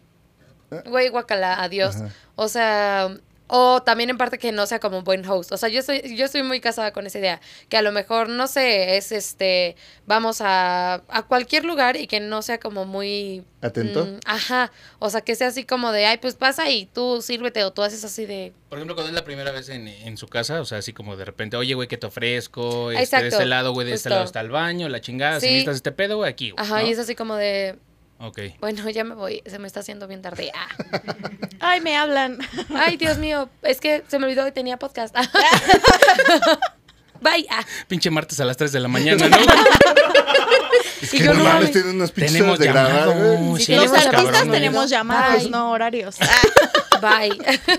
güey, guacala, adiós.
Eh. Ajá.
O sea, o también en parte que no sea como un buen host. O sea, yo soy, yo estoy muy casada con esa idea. Que a lo mejor, no sé, es este, vamos a, a cualquier lugar y que no sea como muy...
Atento.
mm, ajá. O sea, que sea así como de, ay, pues pasa y tú sírvete o tú haces así de...
Por ejemplo, cuando es la primera vez en, en su casa, o sea, así como de repente, oye, güey, ¿qué te ofrezco? Este, de
Exacto,
este lado, güey, de este
justo.
lado está el baño, la chingada, si
Sí.
necesitas este pedo, güey, aquí, güey.
Ajá,
¿no?
y es así como de,
Ok.
bueno, ya me voy, se me está haciendo bien tarde. Ah.
Ay, me hablan.
Ay, Dios mío, es que se me olvidó y tenía podcast. Bye. Ah.
Pinche martes a las 3 de la mañana, ¿no? güey?
Es
Y
que
yo
no
no
mames,
mames.
tienen unas pinches
tenemos
horas de grabar. eh.
llamado.
güey.
Sí,
Los
tenemos
estamos
artistas
cabrones.
tenemos llamadas,
Ay.
no horarios.
Ah,
este-
Bye.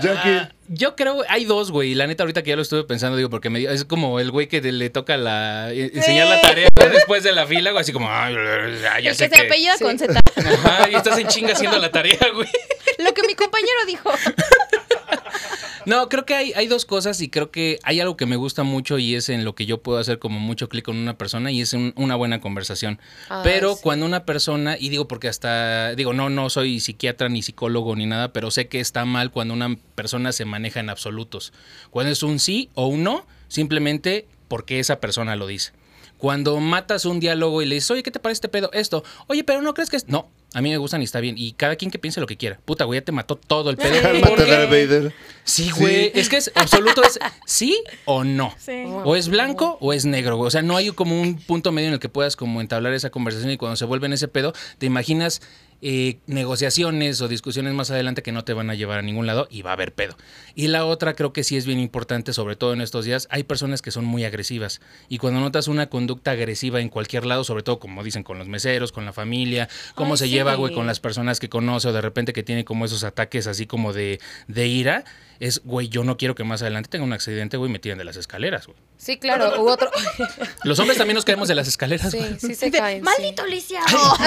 Jackie,
Ah, yo creo, hay dos, güey. y La neta, ahorita que ya lo estuve pensando, digo, porque me, dio- es como el güey que te- le toca la, eh, enseñar la tarea güey, después de la fila, güey, así como, ay, ya
El
sé
que se apellida
Sí.
con Z.
Ajá, y estás en chinga haciendo la tarea, güey.
Lo que mi compañero dijo.
No, creo que hay, hay dos cosas y creo que hay algo que me gusta mucho y es en lo que yo puedo hacer como mucho clic con una persona y es un- una buena conversación.
Ah,
pero
sí.
cuando una persona, y digo porque hasta, digo, no, no soy psiquiatra ni psicólogo ni nada, pero sé que está mal cuando una persona se maneja en absolutos. Cuando es un sí o un no, simplemente porque esa persona lo dice. Cuando matas un diálogo y le dices, oye, ¿qué te parece este pedo? Esto. Oye, pero no crees que es. No, a mí me gustan y está bien. Y cada quien que piense lo que quiera. Puta, güey, ya te mató todo el pedo.
cálmate,
¿Por qué?
Darth Vader.
Sí, güey. Es que es absoluto es sí o no.
Sí.
O es blanco o es negro, güey. O sea, no hay como un punto medio en el que puedas como entablar esa conversación y cuando se vuelven ese pedo, te imaginas eh, negociaciones o discusiones más adelante que no te van a llevar a ningún lado y va a haber pedo. Y la otra creo que sí es bien importante, sobre todo en estos días, hay personas que son muy agresivas y cuando notas una conducta agresiva en cualquier lado, sobre todo como dicen con los meseros, con la familia, cómo
Ay,
se
sí.
lleva, güey, con las personas que conoce o de repente que tiene como esos ataques así como de, de ira, es, güey, yo no quiero que más adelante tenga un accidente, güey, y me tiren de las escaleras, güey.
Sí, claro, u otro.
Los hombres también nos caemos de las escaleras. güey.
Sí, sí se caen. sí.
Maldito lisiado.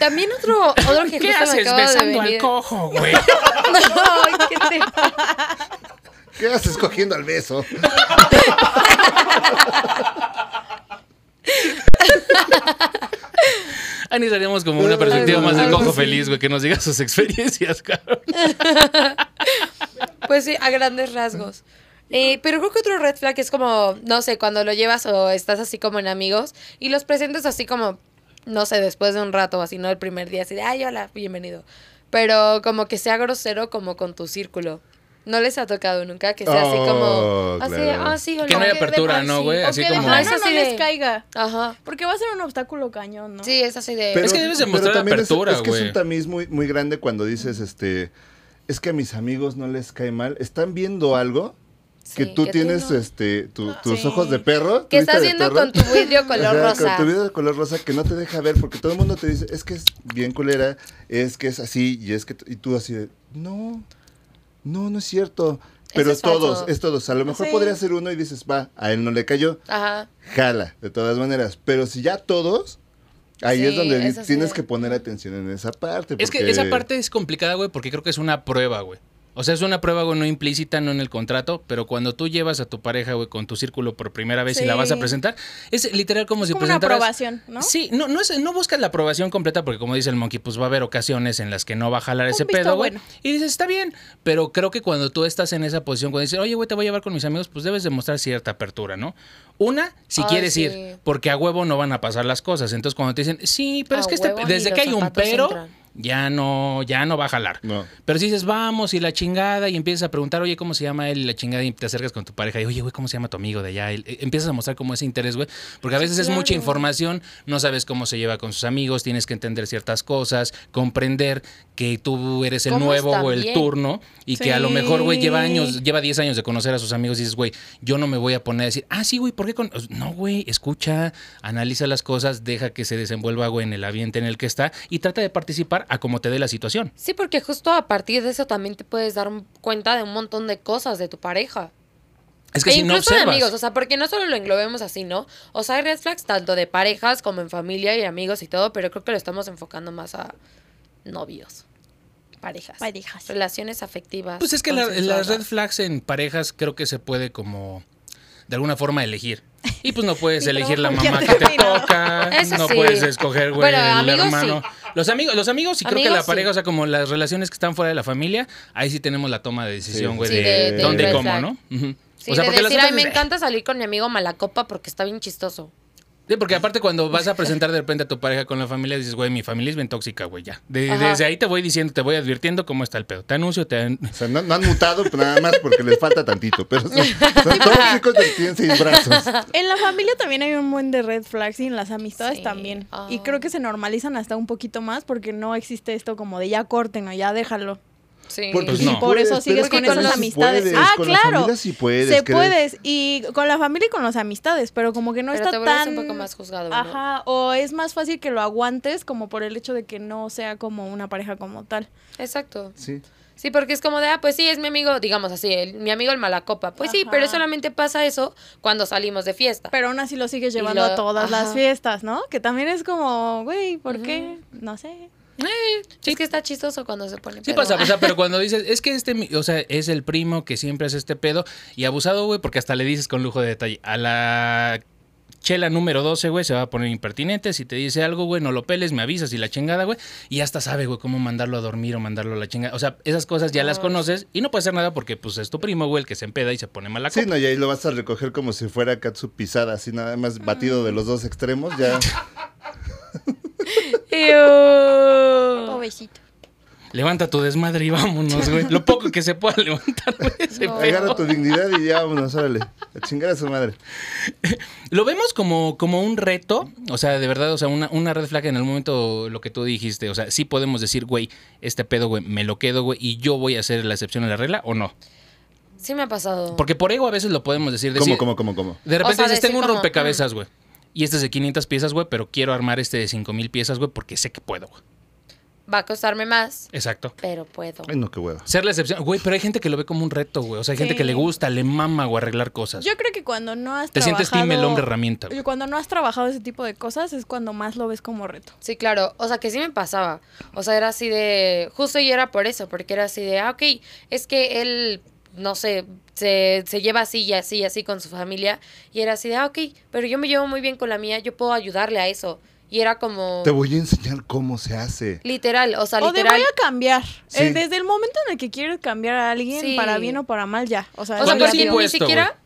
También otro, otro que
¿Qué
justo me
haces
acaba de
besando al
venir.
cojo, güey?
No, ¿qué te
¿Qué haces cogiendo al beso?
Ahí necesitaríamos como una perspectiva
Algo-
más del
algo
cojo
así.
feliz, güey, que nos diga sus experiencias, cabrón.
Pues sí, a grandes rasgos. Eh, pero creo que otro red flag es como, no sé, cuando lo llevas o estás así como en amigos y los presentas así como, no sé, después de un rato o así, no el primer día, así de, ay, hola, bienvenido. Pero como que sea grosero como con tu círculo. No les ha tocado nunca que sea así
Oh,
como, así, de,
claro.
ah, sí,
Que no
hola".
haya apertura,
de-
¿no, güey?
sí,
Así
o que de
como-
plano
Eso
no
sí
les
de-
caiga.
Ajá.
Porque va a ser un obstáculo cañón, ¿no?
Sí, es así de...
Pero- que debes de mostrar
también es-
apertura,
Es, que es
güey.
un tamiz muy, muy grande cuando dices, este, es que a mis amigos no les cae mal. Están viendo algo que
sí,
tú
tú
tienes,
no.
este, tu- tus
sí.
ojos de perro.
Que
tu vista
estás
de
viendo con
perro.
tu vidrio color
Ajá,
rosa.
Con tu vida de color rosa que no te deja ver porque todo el mundo te dice, es que es bien culera, es que es así y es que t- y tú así de, no, no, no es cierto. Pero
es
todos,
falso.
es todos. A lo mejor
Sí.
podría ser uno y dices, va, a él no le cayó,
Ajá.
jala, de todas maneras. Pero si ya todos, ahí
Sí,
es donde di-
eso sí.
tienes que poner atención en esa parte.
Es que
porque-
esa parte es complicada, güey, porque creo que es una prueba, güey. O sea, es una prueba, güey, no implícita, no en el contrato, pero cuando tú llevas a tu pareja, güey, con tu círculo por primera vez y la vas a
Sí.
presentar, es literal como
Es
si
como una
presentaras...
aprobación, ¿no?
Sí, no, no, es, no buscas la aprobación completa porque como dice el monkey, pues va a haber ocasiones en las que no va a jalar ese
visto
pedo, güey.
bueno.
Y dices, está bien, pero creo que cuando tú estás en esa posición, cuando dices, oye, güey, te voy a llevar con mis amigos, pues debes demostrar cierta apertura, ¿no? Una, si
Ay,
quieres
sí.
ir, porque a huevo no van a pasar las cosas. Entonces cuando te dicen, sí, pero
A
es que este-
huevo ni
desde
los
que hay un
zapatos
pero,
entran.
ya no, ya no va a jalar.
No.
Pero si dices, vamos, y la chingada, y empiezas a preguntar, oye, ¿cómo se llama él? Y la chingada, y te acercas con tu pareja, y oye, güey, ¿cómo se llama tu amigo de allá? Y, eh, empiezas a mostrar como ese interés, güey, porque a veces es mucha
claro.
información, no sabes cómo se lleva con sus amigos, tienes que entender ciertas cosas, comprender que tú eres el
¿Cómo
nuevo
están
o el
bien?
turno, y que a lo mejor, güey, lleva
Sí.
años, lleva 10 años de conocer a sus amigos y dices, güey, yo no me voy a poner a decir, ah, sí, güey, ¿por qué con.? No, güey, escucha, analiza las cosas, deja que se desenvuelva, güey, en el ambiente en el que está y trata de participar a como te dé la situación.
Sí, porque justo a partir de eso también te puedes dar un- cuenta de un montón de cosas de tu pareja.
Es que
e
si no
incluso de
observas.
amigos, o sea, porque no solo lo englobemos así, ¿no? O sea, hay red flags tanto de parejas como en familia y amigos y todo, pero creo que lo estamos enfocando más a novios, parejas,
Parejas.
relaciones afectivas.
Pues es que la- las
consensuadas.
red flags en parejas creo que se puede como de alguna forma elegir. Y pues no puedes
Mi
elegir la
trabajo ya
mamá que te
terminó.
toca,
Eso
no
sí.
puedes escoger, güey,
Bueno,
el
amigos
hermano. Los amigos, los amigos sí creo que
Amigos
la
sí.
pareja, o sea, como las relaciones que están fuera de la familia, ahí sí tenemos la toma de decisión,
Sí.
güey,
Sí,
de,
de-
de
dónde y
red
cómo,
flag.
¿no? Ujú.
Sí, de decir, ay, me
otras-
encanta salir con mi amigo Malacopa porque está bien chistoso.
Sí, porque aparte cuando vas a presentar de repente a tu pareja con la familia, dices, güey, mi familia es bien tóxica, güey, ya. De-
Ajá.
desde ahí te voy diciendo, te voy advirtiendo cómo está el pedo. Te anuncio, te, an-
O sea, no, no han mutado pues, nada más porque les falta tantito, pero son, son tóxicos de tienen seis brazos.
En la familia también hay un buen de red flags y en las amistades
Sí.
también.
Ah.
Y creo que se normalizan hasta un poquito más porque no existe esto como de ya corten o ya déjalo.
Sí.
Porque
Pues
sí
no.
Por eso
puedes,
sigues
pero
con
es que
esas
también sí
amistades.
puedes,
Ah,
con
claro.
Las familias sí puedes.
se
¿crees?
puedes y con la familia y con los amistades, pero como que no
Pero
está
te vuelves
tan
un poco más juzgado, ¿no?
Ajá, o es más fácil que lo aguantes como por el hecho de que no sea como una pareja como tal.
Exacto.
Sí.
Sí, porque es como de, ah, pues sí, es mi amigo, digamos así, el- mi amigo el malacopa. Pues sí,
Ajá.
pero solamente pasa eso cuando salimos de fiesta.
Pero aún así lo sigues
Y
llevando
lo-
a todas
ajá.
las fiestas, ¿no? Que también es como, güey, ¿por qué? No sé.
Es que está chistoso cuando se pone
Sí
pedo.
pasa, pasa, pero cuando dices, es que este, mi- o sea, es el primo que siempre hace este pedo y abusado, güey, porque hasta le dices con lujo de detalle, a la chela número 12, güey, se va a poner impertinente, si te dice algo, güey, no lo peles, me avisas y la chingada, güey, y hasta sabe, güey, cómo mandarlo a dormir o mandarlo a la chingada, o sea, esas cosas ya las
Ay.
conoces y no puedes hacer nada porque, pues, es tu primo, güey, el que se empeda y se pone mala
Sí,
copa.
no, y ahí lo vas a recoger como si fuera katsu pisada, así nada más batido de los dos extremos, ya.
Ew.
Pobrecito.
Levanta tu desmadre y vámonos, güey, lo poco que se pueda levantar, güey, ese
No.
pedo.
Agarra tu dignidad y ya vámonos, órale. A chingar a su madre.
Lo vemos como, como un reto, o sea, de verdad, o sea, una, una red flag en el momento, lo que tú dijiste, o sea, sí podemos decir, güey, este pedo, güey, me lo quedo, güey, y yo voy a hacer la excepción a la regla o no.
Sí me ha pasado.
Porque por ego a veces lo podemos decir.
¿Cómo,
decir-
cómo, cómo, cómo?
De repente
O sea,
dices,
decir
tengo un
como, mm.
rompecabezas, güey, y este es de 500 piezas, güey, pero quiero armar este de 5000 piezas, güey, porque sé que puedo, güey.
Va a costarme más,
Exacto.
pero puedo.
Ay, no, qué hueva.
Ser la excepción, güey, pero hay gente que lo ve como un reto, güey, o sea, hay gente
Sí.
que le gusta, le mama, güey, arreglar cosas.
Yo creo que cuando no has
Te
trabajado...
sientes team el hombre herramienta, güey.
Cuando no has trabajado ese tipo de cosas es cuando más lo ves como reto.
Sí, claro. O sea, que sí me pasaba. O sea, era así de. Justo y era por eso, porque era así de, ah, ok, es que él, no sé, se, se lleva así y así y así con su familia. Y era así de, ah, ok, pero yo me llevo muy bien con la mía, yo puedo ayudarle a eso. Y era como.
Te voy a enseñar cómo se hace.
Literal, o sea,
O de voy
literal.
a cambiar.
Sí.
Eh, desde el momento en el que quieres cambiar a alguien
Sí.
para bien o para mal, ya. O sea,
O sea,
¿Cuándo es
eso
porque
ya
ni
dio.
impuesto,
siquiera.
güey?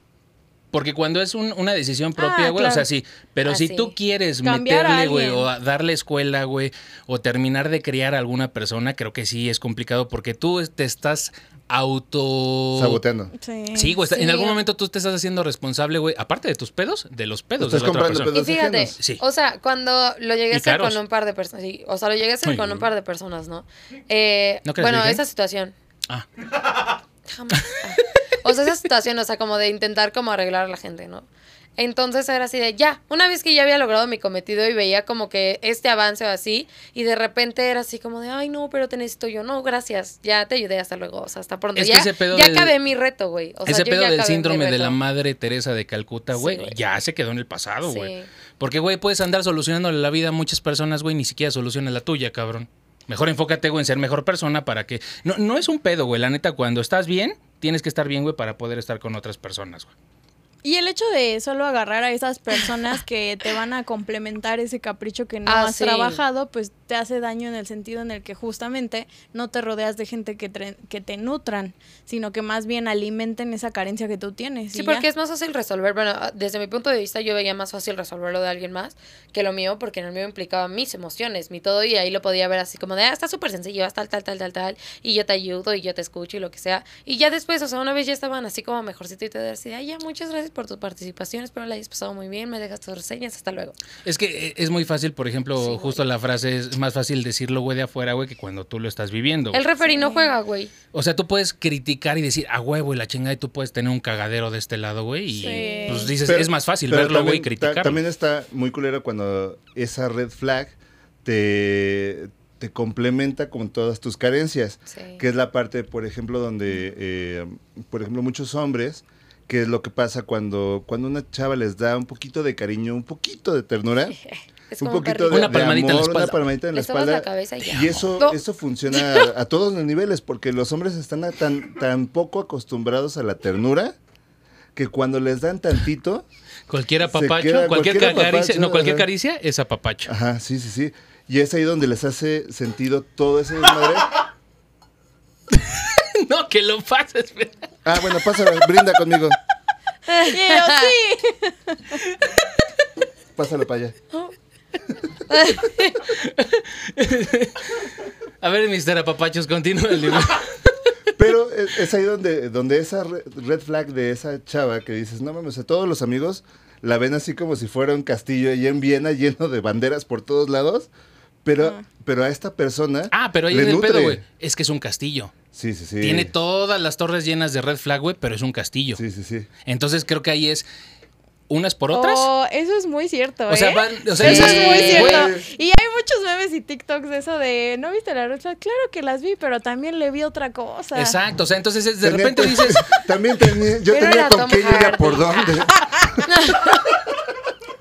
Porque cuando es un- una decisión
Ah,
propia, güey, o sea,
claro.
sí. Pero
Ah,
si
sí.
tú quieres
Cambiar a
meterle, güey,
alguien.
o a darle escuela, güey, o terminar de criar a alguna persona, creo que sí es complicado porque tú te estás auto...
Saboteando.
Sí.
Sí, güey, está-
Sí.
en algún momento tú te estás haciendo responsable, güey, aparte de tus pedos, de los pedos
Estás
de la otra
comprando
persona.
pedos
Y fíjate,
ajenos.
Sí.
o sea, cuando lo llegué
Y
a hacer
caros.
con un par de personas, o sea, lo llegué a hacer
Ay,
con
güey.
un par de personas, ¿no? Eh,
¿No crees,
bueno,
virgen?
esa situación.
Ah.
Jamás. Ah. O sea, esa situación, o sea, como de intentar como arreglar a la gente, ¿no? Entonces era así de, ya, una vez que ya había logrado mi cometido y veía como que este avance o así, y de repente era así como de, ay, no, pero te necesito yo, no, gracias, ya te ayudé, hasta luego, o sea, hasta pronto.
Es que
ya
ese pedo
ya
del-
acabé mi reto, güey. O sea,
Ese
yo
pedo
ya
del
acabé mi
síndrome de la
reto.
madre Teresa de Calcuta,
Sí,
güey,
güey.
ya se quedó en el pasado,
Sí.
güey. Porque, güey, puedes andar solucionándole la vida a muchas personas, güey, ni siquiera soluciona la tuya, cabrón. Mejor enfócate, güey, en ser mejor persona para que. No, no es un pedo, güey. La neta, cuando estás bien, tienes que estar bien, güey, para poder estar con otras personas, güey.
Y el hecho de solo agarrar a esas personas que te van a complementar ese capricho que no
Ah,
has
sí.
trabajado, pues te hace daño en el sentido en el que justamente no te rodeas de gente que, tre- que te nutran, sino que más bien alimenten esa carencia que tú tienes.
Sí,
y
porque
ya.
es más fácil resolver. Bueno, ah, desde mi punto de vista, yo veía más fácil resolverlo de alguien más que lo mío, porque en el mío implicaba mis emociones, mi todo, y ahí lo podía ver así como de, ah, está súper sencillo, haz tal, tal, tal, tal, tal, y yo te ayudo, y yo te escucho, y lo que sea. Y ya después, o sea, una vez ya estaban así como mejorcito y te decía, ay, ya, muchas gracias por tus participaciones, espero la hayas pasado muy bien, me dejas tus reseñas, hasta luego.
Es que eh, es muy fácil, por ejemplo,
Sí,
justo la frase es más fácil decirlo, güey, de afuera, güey, que cuando tú lo estás viviendo. güey.
El referí no juega, güey.
O sea, tú puedes criticar y decir, a huevo, y la chingada, y tú puedes tener un cagadero de este lado, güey, y
Sí.
pues dices,
Pero-
es más fácil
pero
verlo, güey, y
también- ta-
criticarlo.
También está muy culero cuando esa red flag te, te complementa con todas tus carencias.
Sí.
Que es la parte, por ejemplo, donde, eh, por ejemplo, muchos hombres, que es lo que pasa cuando, cuando una chava les da un poquito de cariño, un poquito de ternura.
Es
un
como
poquito de,
Una
de
palmadita en la
amor, una
espalda.
palmadita en la
Le sobas
espalda.
la cabeza y ya.
y eso,
No.
eso funciona a, a todos los niveles, porque los hombres están a tan, tan poco acostumbrados a la ternura que cuando les dan tantito,
Cualquier
se queda-
apapacho, cualquier
cualquier
caricia,
apapacho,
no, cualquier
ajá.
caricia es apapacho.
ajá, sí, sí, sí. Y es ahí donde les hace sentido todo ese desmadre.
no, que lo pases. güey.
Ah, bueno, pasa, brinda conmigo.
Y yo, sí.
Pásalo para allá.
A ver, mister apapachos, continúa el libro.
Pero es, es ahí donde, donde esa re- red flag de esa chava que dices, no mames, a todos los amigos la ven así como si fuera un castillo allí en Viena lleno de banderas por todos lados. Pero, pero a esta persona.
Ah, pero ahí
le
es el
nutre.
pedo, güey. Es que es un castillo.
Sí, sí, sí.
Tiene todas las torres llenas de red flag, güey, pero es un castillo.
Sí, sí, sí.
Entonces creo que ahí es unas por otras.
Oh, eso es muy cierto.
O sea,
¿eh?
van- o sea,
eso es muy
güey,
cierto. Y hay muchos memes y TikToks de eso de, ¿no viste la red flag? Claro que las vi, pero también le vi otra cosa.
Exacto, o sea, entonces es- de
Tenía-
repente dices,
También tenía. Yo
Pero
tenía
era
con
Tom
qué y ella
Hardy.
por dónde.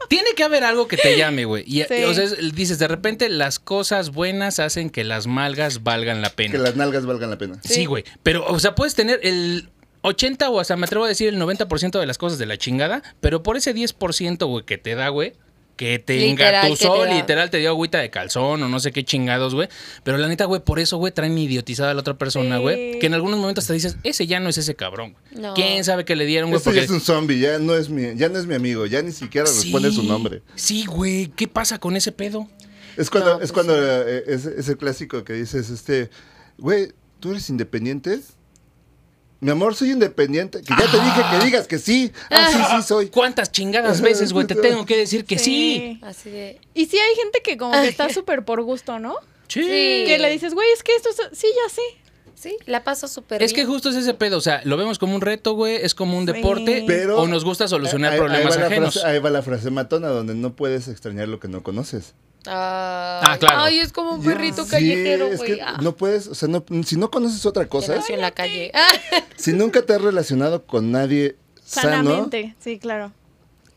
tiene que haber algo que te llame, güey. Y
Sí.
o sea, es- dices, de repente las cosas buenas hacen que las malgas valgan la pena.
Que las nalgas valgan la pena.
Sí, güey. Pero, o sea, puedes tener el 80 o hasta me atrevo a decir el 90% de las cosas de la chingada, pero por ese 10%, güey, que te da, güey, que te
Literal,
engatusó,
que te da.
literal, te dio agüita de calzón o no sé qué chingados, güey. Pero la neta, güey, por eso, güey, traen idiotizada a la otra persona,
Sí.
güey. Que en algunos momentos te dices, ese ya no es ese cabrón, güey.
No.
¿Quién sabe qué le dieron, güey?
Este ya es un zombie, ya no es mi, ya no es mi amigo, ya ni siquiera responde su
Sí,
nombre.
Sí, güey, ¿qué pasa con ese pedo?
Es cuando,
No, pues
es cuando eh, es, es el clásico que dices, este, güey, ¿tú eres independiente? Mi amor, soy independiente. Que
Ah.
ya te dije que digas que sí. Ah, sí, sí, soy.
¿Cuántas chingadas veces, güey, te tengo que decir que sí?
Así de...
Y sí hay gente que como que está súper por gusto, ¿no?
Sí.
Sí.
Que le dices, güey, es que esto es... Sí, ya sé.
Sí, la paso súper
Es que justo es ese pedo, o sea, lo vemos como un reto, güey, es como un
Sí.
deporte
Pero-
o nos gusta solucionar
Ahí- ahí
problemas
va la
ajenos.
frase- ahí va la frase matona, donde no puedes extrañar lo que no conoces.
Ah,
claro.
Ay, es como un perrito
Sí,
callejero,
es
güey.
que
Ah,
no puedes, o sea, no- si no conoces otra
te
cosa,
nació en la calle. Ah,
si nunca te has relacionado con nadie sano,
Sanamente. Sí, claro.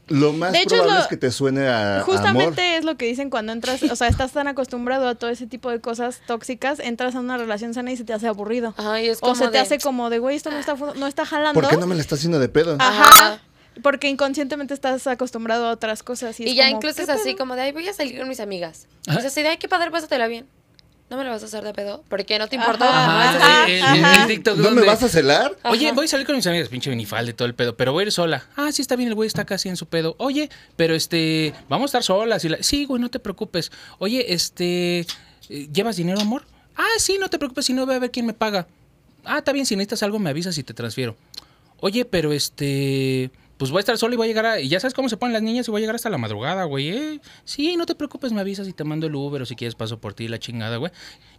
lo más
De hecho, es
probable
lo-
es que te suene a, a amor.
Justamente es lo que dicen cuando entras, o sea, estás tan acostumbrado a todo ese tipo de cosas tóxicas, entras a una relación sana y se te hace aburrido.
Ay, es como
o se te
de-
hace como de, güey, esto no está, fu- no está jalando.
¿Por qué no me la estás haciendo de pedo?
Ajá. Porque inconscientemente estás acostumbrado a otras cosas. Y,
Y
es
ya
como,
incluso
¿qué
es así
pedo?
como de, ay, voy a salir con mis amigas.
Ajá.
Es así de, ay, qué padre, pásatela bien. No me lo vas a hacer de pedo, porque no te importa.
Ajá,
Ajá.
el- el-
ajá.
el TikTok
¿No me
donde,
vas a celar?
Oye, voy a salir con mis amigas, pinche minifalda y todo el pedo, pero voy a ir sola. Ah, sí, está bien, el güey está casi en su pedo. Oye, pero este, vamos a estar solas. Y la... Sí, güey, no te preocupes. Oye, este, eh, ¿llevas dinero, amor? Ah, sí, no te preocupes, si no voy a ver quién me paga. Ah, está bien, si necesitas algo me avisas y te transfiero. Oye, pero este, pues voy a estar sola y voy a llegar a... Y ya sabes cómo se ponen las niñas y voy a llegar hasta la madrugada, güey. ¿eh? Sí, no te preocupes, me avisas y te mando el Uber o si quieres paso por ti, la chingada, güey.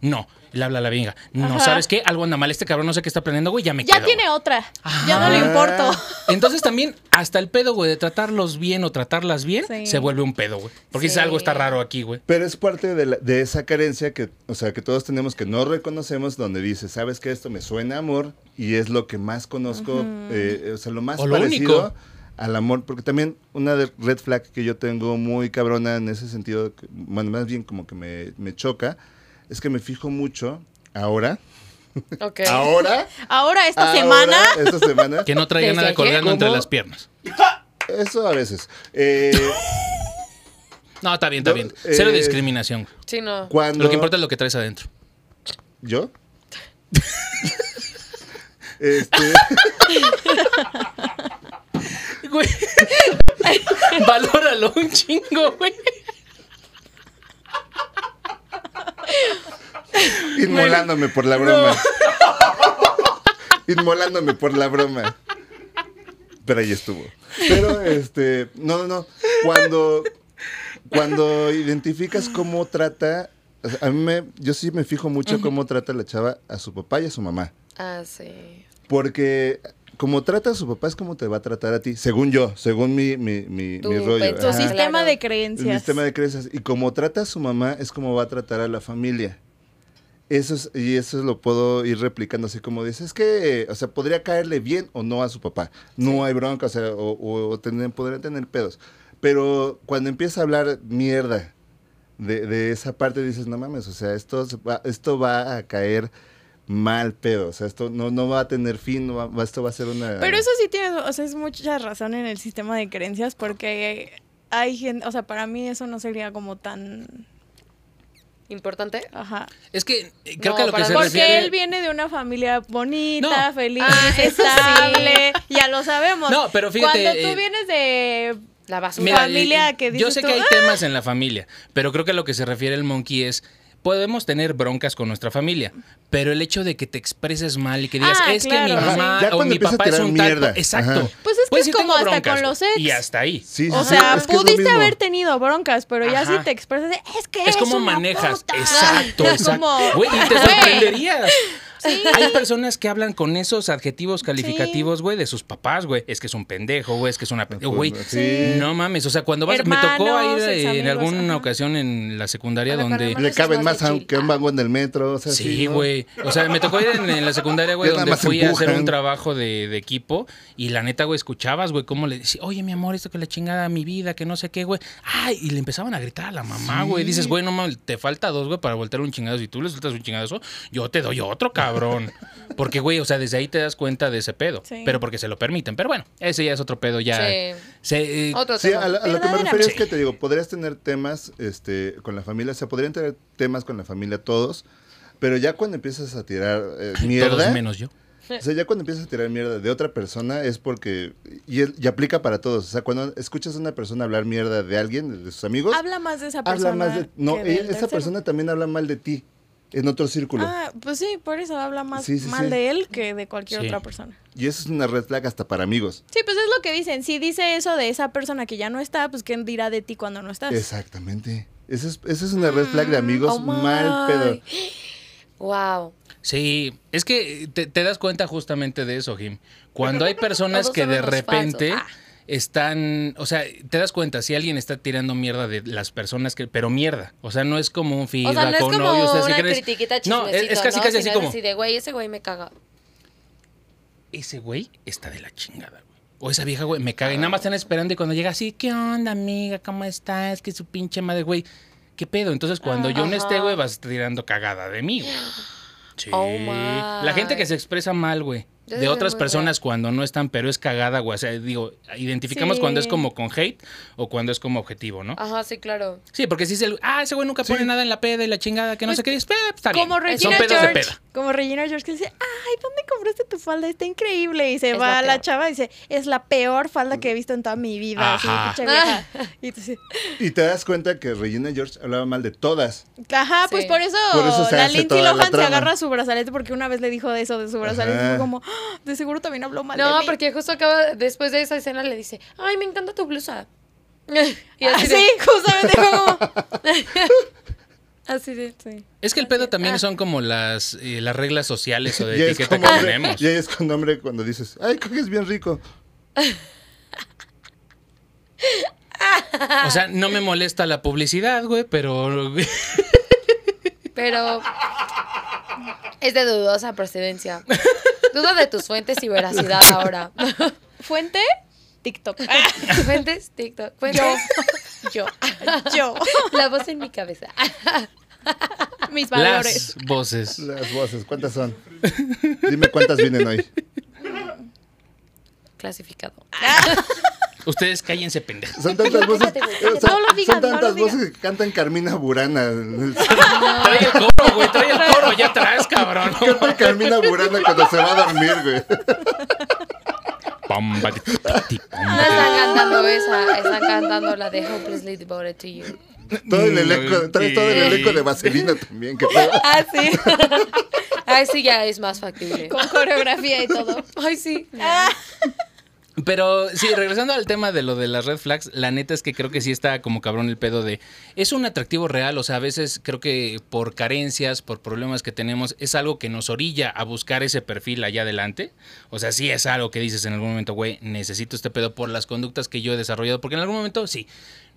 No, le habla a la venga. No,
Ajá.
¿sabes qué? Algo anda mal, este cabrón no sé qué está planeando, güey, ya me
Ya
quedo,
tiene
güey.
otra. Ya no le
Ajá.
importo.
Entonces también, hasta el pedo, güey, de tratarlos bien o tratarlas bien,
Sí.
se vuelve un pedo, güey. Porque dices,
Sí.
algo está raro aquí, güey.
Pero es parte de, la- de esa carencia que, o sea, que todos tenemos que no reconocemos, donde dice, sabes que esto me suena a amor y es lo que más conozco, eh, o sea, lo más
O lo
parecido
único.
al amor, porque también una de- red flag que yo tengo muy cabrona en ese sentido, que, bueno, más bien como que me, me choca, es que me fijo mucho ahora.
Ok.
¿Ahora?
Ahora, esta
ahora,
semana.
Esta semana.
Que no traiga
Desde
nada
ayer,
colgando entre
¿cómo?
las piernas.
Eso a veces. Eh,
No, está bien, está
No,
bien. Cero
eh,
discriminación.
Sí, no.
cuando...
Lo que importa es lo que traes adentro.
¿Yo? Este,
Güey. Valóralo un chingo, güey.
inmolándome por la broma. Inmolándome por la broma. Pero ahí estuvo. Pero este, no, no, no. Cuando cuando identificas cómo trata o sea, a mí me, yo sí me fijo mucho cómo trata la chava a su papá y a su mamá.
Ah, sí.
Porque como trata a su papá es como te va a tratar a ti, según yo, según mi, mi, mi,
Tu
mi rollo.
pensamiento.
Tu
Ajá.
sí,
sistema
Claro.
de
El
creencias.
sistema de creencias. Y como trata a su mamá, es como va a tratar a la familia. Eso es, y eso lo puedo ir replicando así como dices, es que, o sea, podría caerle bien o no a su papá. No hay bronca, o sea, o, o- o tener- podrían tener pedos. Pero cuando empieza a hablar mierda de, de esa parte, dices, no mames, o sea, esto, se va, esto va a caer mal pedo. O sea, esto no, no va a tener fin, no va- esto va a ser una...
Pero eso sí tiene, o sea, es mucha razón en el sistema de creencias porque hay gente, o sea, para mí eso no sería como tan,
¿Importante?
ajá.
Es que eh, creo
No,
que a lo que
para
se
nada.
Porque
refiere...
él viene de una familia bonita,
No.
feliz,
Ah, eso sí.
estable, ya lo sabemos.
No, pero fíjate,
Cuando tú
eh,
vienes de...
La basura.
Mira,
familia
eh,
que
yo
dices
sé
tú,
que hay
"Ah".
temas en la familia, pero creo que a lo que se refiere el monkey es podemos tener broncas con nuestra familia, pero el hecho de que te expreses mal y que digas
Ah,
es que
claro.
mi
Ajá.
mamá
Ya
o
cuando
mi
empieza a
papá es
tirar
un tal,
mierda.
exacto.
Ajá.
Pues es que
Puedes decir,
es como
"Tengo
hasta
broncas",
con los ex.
y hasta ahí.
Sí, sí,
O
sí,
sea,
es que es lo
pudiste
mismo.
haber tenido broncas, pero ya
Ajá.
si te expresas, de, es que
Es
eres
como
una
manejas,
puta".
exacto,
Es
exacto.
como-
Güey, y te
Güey.
sorprenderías. Hay personas que hablan con esos adjetivos calificativos, güey, de sus papás, güey. Es que es un pendejo, güey, es que es una pendejo, güey.
Sí.
No mames, o sea, cuando vas, me tocó
Hermanos,
ir eh, en
examigos,
alguna
ajá.
ocasión en la secundaria
A ver,
donde
para
Le
Eso
caben
es
más
más de
a un-
chill.
que un vago en el metro. O sea,
Sí,
¿no?
güey. O sea, me tocó ir en, en la secundaria, güey,
Ya nada
donde
más
fui a hacer
empujan.
un trabajo de, de equipo y la neta, güey, escuchabas, güey, cómo le decía, oye, mi amor, esto que la chingada, mi vida, que no sé qué, güey. Ay, y le empezaban a gritar a la mamá, güey. Dices, güey, no mames, te falta dos, güey, para voltear un chingadazo. Si tú le sueltas un chingadazo, yo te doy otro, cabrón. Porque, güey, o sea, desde ahí te das cuenta de ese pedo.
Sí.
Pero porque se lo permiten. Pero bueno, ese ya es otro pedo, ya.
Sí.
Se, eh,
Otro
Sí,
tema.
a, la- a lo que me refiero es
Sí.
que te digo, podrías tener temas este, con la familia, o sea, podrían tener temas con la familia todos, pero ya cuando empiezas a tirar eh,
todos
mierda,
menos yo.
o sea, ya cuando empiezas a tirar mierda de otra persona es porque, y, es- y aplica para todos, o sea, cuando escuchas a una persona hablar mierda de alguien, de sus amigos,
Habla más de esa persona.
habla más de, no,
que
eh,
del
esa
tercero.
persona también habla mal de ti en otro círculo,
Ah, pues sí, por eso habla más
Sí, sí,
mal
sí.
de él que de cualquier
Sí.
otra persona.
y eso es una red flag hasta para amigos.
Sí, pues es lo que dicen. Si dice eso de esa persona que ya no está, pues ¿quién dirá de ti cuando no estás?
Exactamente. Esa es, esa es una red flag
Mm,
de amigos
Oh my.
mal pedo.
Wow.
Sí, es que eh, te, te das cuenta justamente de eso, Jim. Cuando hay personas
Todos
que
son
de
unos
repente
falsos. Ah.
están, o sea, te das cuenta si alguien está tirando mierda de las personas que, pero mierda, o sea, no es como un feedback
O sea, no es
o
como
oye, ustedes sí
una
creen-
critiquita
No, es, es
chismecito,
casi
¿no?
casi
Sino
así como
así de, güey, ese güey me caga.
ese güey está de la chingada, güey. O esa vieja, güey, me caga. Y nada más están esperando y cuando llega así, ¿qué onda, amiga? ¿Cómo estás? Que su pinche madre, güey. ¿Qué pedo? Entonces, cuando yo no
Ajá.
esté, güey, vas a estar tirando cagada de mí, güey. Sí.
Oh, my.
la gente que se expresa mal, güey.
Yo
De
soy
otras
muy
personas cuando no están, pero es cagada, güey. O sea, digo, identificamos
Sí. Ah.
cuando es como con hate o cuando es como objetivo, ¿no?
Ajá, sí, claro.
Sí, porque si es el, ah, ese güey nunca pone nada en la peda y la chingada, que no
Pues,
sé qué, es, eh, está bien.
Como
Son
Regina
pedos de
George.
peda.
Como Regina George que dice, ay, ¿dónde compraste tu falda? Está increíble. Y se
Es
va
la
a la
peor.
chava y dice, es la peor falda que he visto en toda mi vida. así,
Ajá.
pinche vieja. Y tú dices,
Y te das cuenta que Regina George hablaba mal de todas.
Ajá,
Sí.
pues por eso,
Por eso se
la
hace
Lindsay
toda la
Lohan se
trama.
agarra su brazalete porque una vez le dijo de eso de su brazalete y
Ajá.
fue como, "Ah, de seguro también habló mal de
No,
mí".
porque justo acaba, después de esa escena le dice, ay, me encanta tu blusa. Y
Ah,
así de,
sí, justamente fue como...
así de.
Sí.
Es que el pedo también son como las, eh, las reglas sociales o de
ahí
etiqueta que
como hombre-
tenemos.
y ahí es con nombre cuando dices, ay, coges bien rico.
O sea, no me molesta la publicidad, güey, pero
Pero es de dudosa procedencia. Duda de tus fuentes y veracidad ahora.
Fuente, TikTok.
Fuentes, TikTok. Fuentes, yo.
Ah, Yo.
La voz en mi cabeza.
Mis valores.
Las voces.
Las voces, ¿cuántas son? Dime cuántas vienen hoy.
Clasificado.
Ustedes cállense, pendejos.
Son tantas voces, eh, son,
No lo digas,
son
no lo
tantas
digas.
voces que cantan Carmina Burana.
Trae el coro, güey. Trae el coro allá atrás, cabrón.
Canta Carmina Burana cuando se va a dormir, güey.
Pam, ba, ti, ti, pam.
No están cantando esa, están cantando la de Hopelessly Devoted to You.
Todo
Mm,
el elenco, trae todo el elenco de Vaselina también. Que pedo.
Ah, sí. Ay, sí, ya es más factible.
Con coreografía y todo.
Ay, sí.
Pero sí, regresando al tema de lo de las red flags, la neta es que creo que sí está como cabrón el pedo de. Es un atractivo real, o sea, a veces creo que por carencias, por problemas que tenemos, es algo que nos orilla a buscar ese perfil allá adelante. O sea, sí es algo que dices en algún momento, güey, necesito este pedo por las conductas que yo he desarrollado, porque en algún momento sí.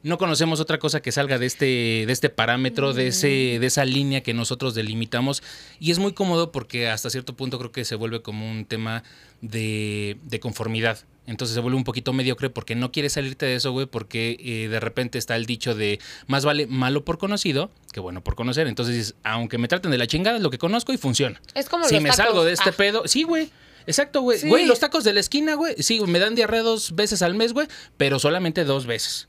No conocemos otra cosa que salga de este, de este parámetro, de, ese, de esa línea que nosotros delimitamos. Y es muy cómodo porque hasta cierto punto creo que se vuelve como un tema de, de conformidad. Entonces se vuelve un poquito mediocre porque no quieres salirte de eso, güey, porque eh, de repente está el dicho de más vale malo por conocido que bueno por conocer. Entonces, dices, aunque me traten de la chingada, es lo que conozco y funciona.
Es como
si
los
me
tacos.
salgo de este
Ah.
pedo, sí, güey. Exacto, güey.
Sí.
Güey, los tacos de la esquina, güey. Sí, me dan diarrea dos veces al mes, güey, pero solamente dos veces.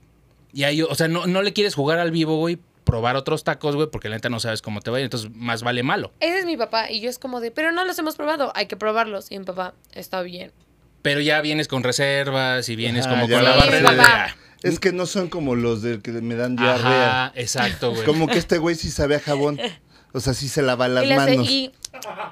Y ahí, o sea, no, no le quieres jugar al vivo, güey, probar otros tacos, güey, porque la neta no sabes cómo te va a ir. Entonces, más vale malo.
Ese es mi papá y yo es como de, pero no los hemos probado, hay que probarlos. Y mi papá, está bien.
Pero ya vienes con reservas y vienes
Ajá,
como
Ah, ya
con la
Sí,
barrera de.
papá.
ah,
Es que no son como los del que me dan diarrea.
Ajá, exacto, güey.
Como que este güey sí sabe a jabón. O sea, sí se lava las
y le hace,
manos.
y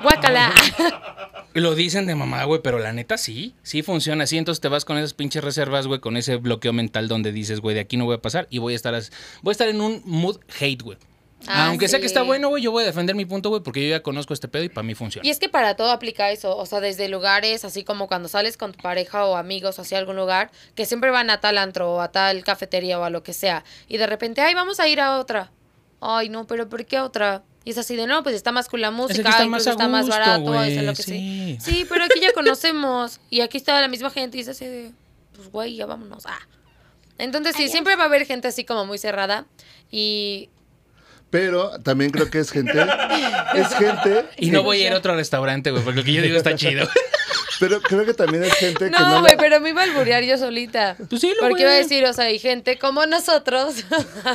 guácala.
Lo dicen de mamá, güey, pero la neta sí, sí funciona así. Entonces te vas con esas pinches reservas, güey, con ese bloqueo mental donde dices, güey, de aquí no voy a pasar y voy a estar, as- voy a estar en un mood hate, güey.
Ah,
Aunque sea que
sí.
está bueno, güey, yo voy a defender mi punto, güey, porque yo ya conozco este pedo y para mí funciona.
Y es que para todo aplica eso, o sea, desde lugares, así como cuando sales con tu pareja o amigos hacia algún lugar, que siempre van a tal antro o a tal cafetería o a lo que sea, y de repente, ay, vamos a ir a otra. Ay, no, pero ¿por qué a otra? Y es así de, no, pues está más con la música,
está
incluso
más a
está más
gusto,
barato,
güey,
es lo que
sí.
sí. Sí, pero aquí ya conocemos, y aquí está la misma gente, y es así de, pues güey, ya vámonos. Ah. Entonces sí, siempre va a haber gente así como muy cerrada, y
Pero también creo que es gente. Es gente.
Y no voy a ir a otro restaurante, güey, porque lo que yo digo está chido.
Pero creo que también es gente que
No,
no.
güey,
la-
pero me iba a alburear yo solita.
Pues sí, lo
Porque
güey.
iba a decir, o sea, hay gente como nosotros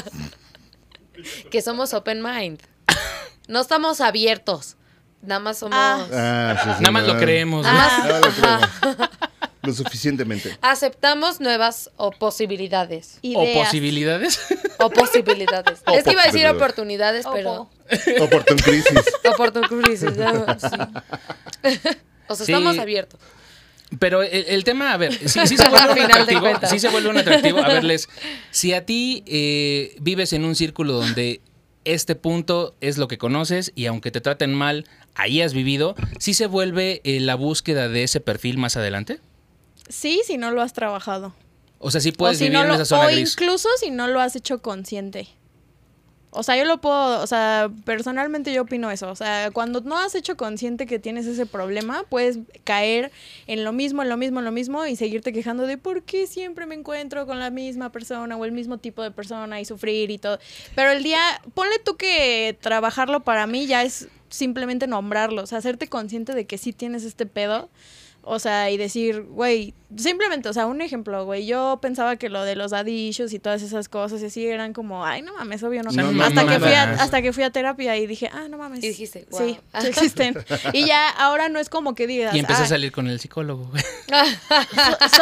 que somos open mind. No estamos abiertos. Nada más somos.
Ah.
Ah, sí, sí,
Nada más
no.
lo creemos, güey.
Ah.
Nada más lo creemos. Lo suficientemente.
Aceptamos nuevas o posibilidades.
O
Ideas.
posibilidades.
O posibilidades.
O
es que iba a decir oportunidades,
posibilidades.
pero.
Opo.
Oportun crisis.
Oportunidades. sí. O sea,
Sí.
estamos abiertos.
Pero el, el tema, a ver, sí, sí se vuelve
Al
un
final de
atractivo.
cuentas.
Sí se vuelve un atractivo. A ver, Les, si a ti eh, vives en un círculo donde este punto es lo que conoces y aunque te traten mal, ahí has vivido, ¿sí se vuelve eh, la búsqueda de ese perfil más adelante?
Sí, si no lo has trabajado.
O sea, sí puedes
o si
vivir
no
en
lo-
esa zona
o
gris.
incluso si no lo has hecho consciente. O sea, yo lo puedo, o sea, personalmente yo opino eso. O sea, cuando no has hecho consciente que tienes ese problema, puedes caer en lo mismo, en lo mismo, en lo mismo y seguirte quejando de por qué siempre me encuentro con la misma persona o el mismo tipo de persona y sufrir y todo. Pero el día, ponle tú que trabajarlo para mí ya es simplemente nombrarlo, o sea, hacerte consciente de que sí tienes este pedo. O sea, y decir, güey, simplemente, o sea, un ejemplo, güey, yo pensaba que lo de los daddy issues y todas esas cosas y así eran como, ay, no mames, obvio no,
No
hasta,
mames.
que fui a,
mames.
hasta que fui a terapia y dije, ah, no mames.
Y dijiste, "Guau".
Sí, sí existen. y ya ahora no es como que digas,
Y empecé a
"Ay,
salir con el psicólogo. güey.
soy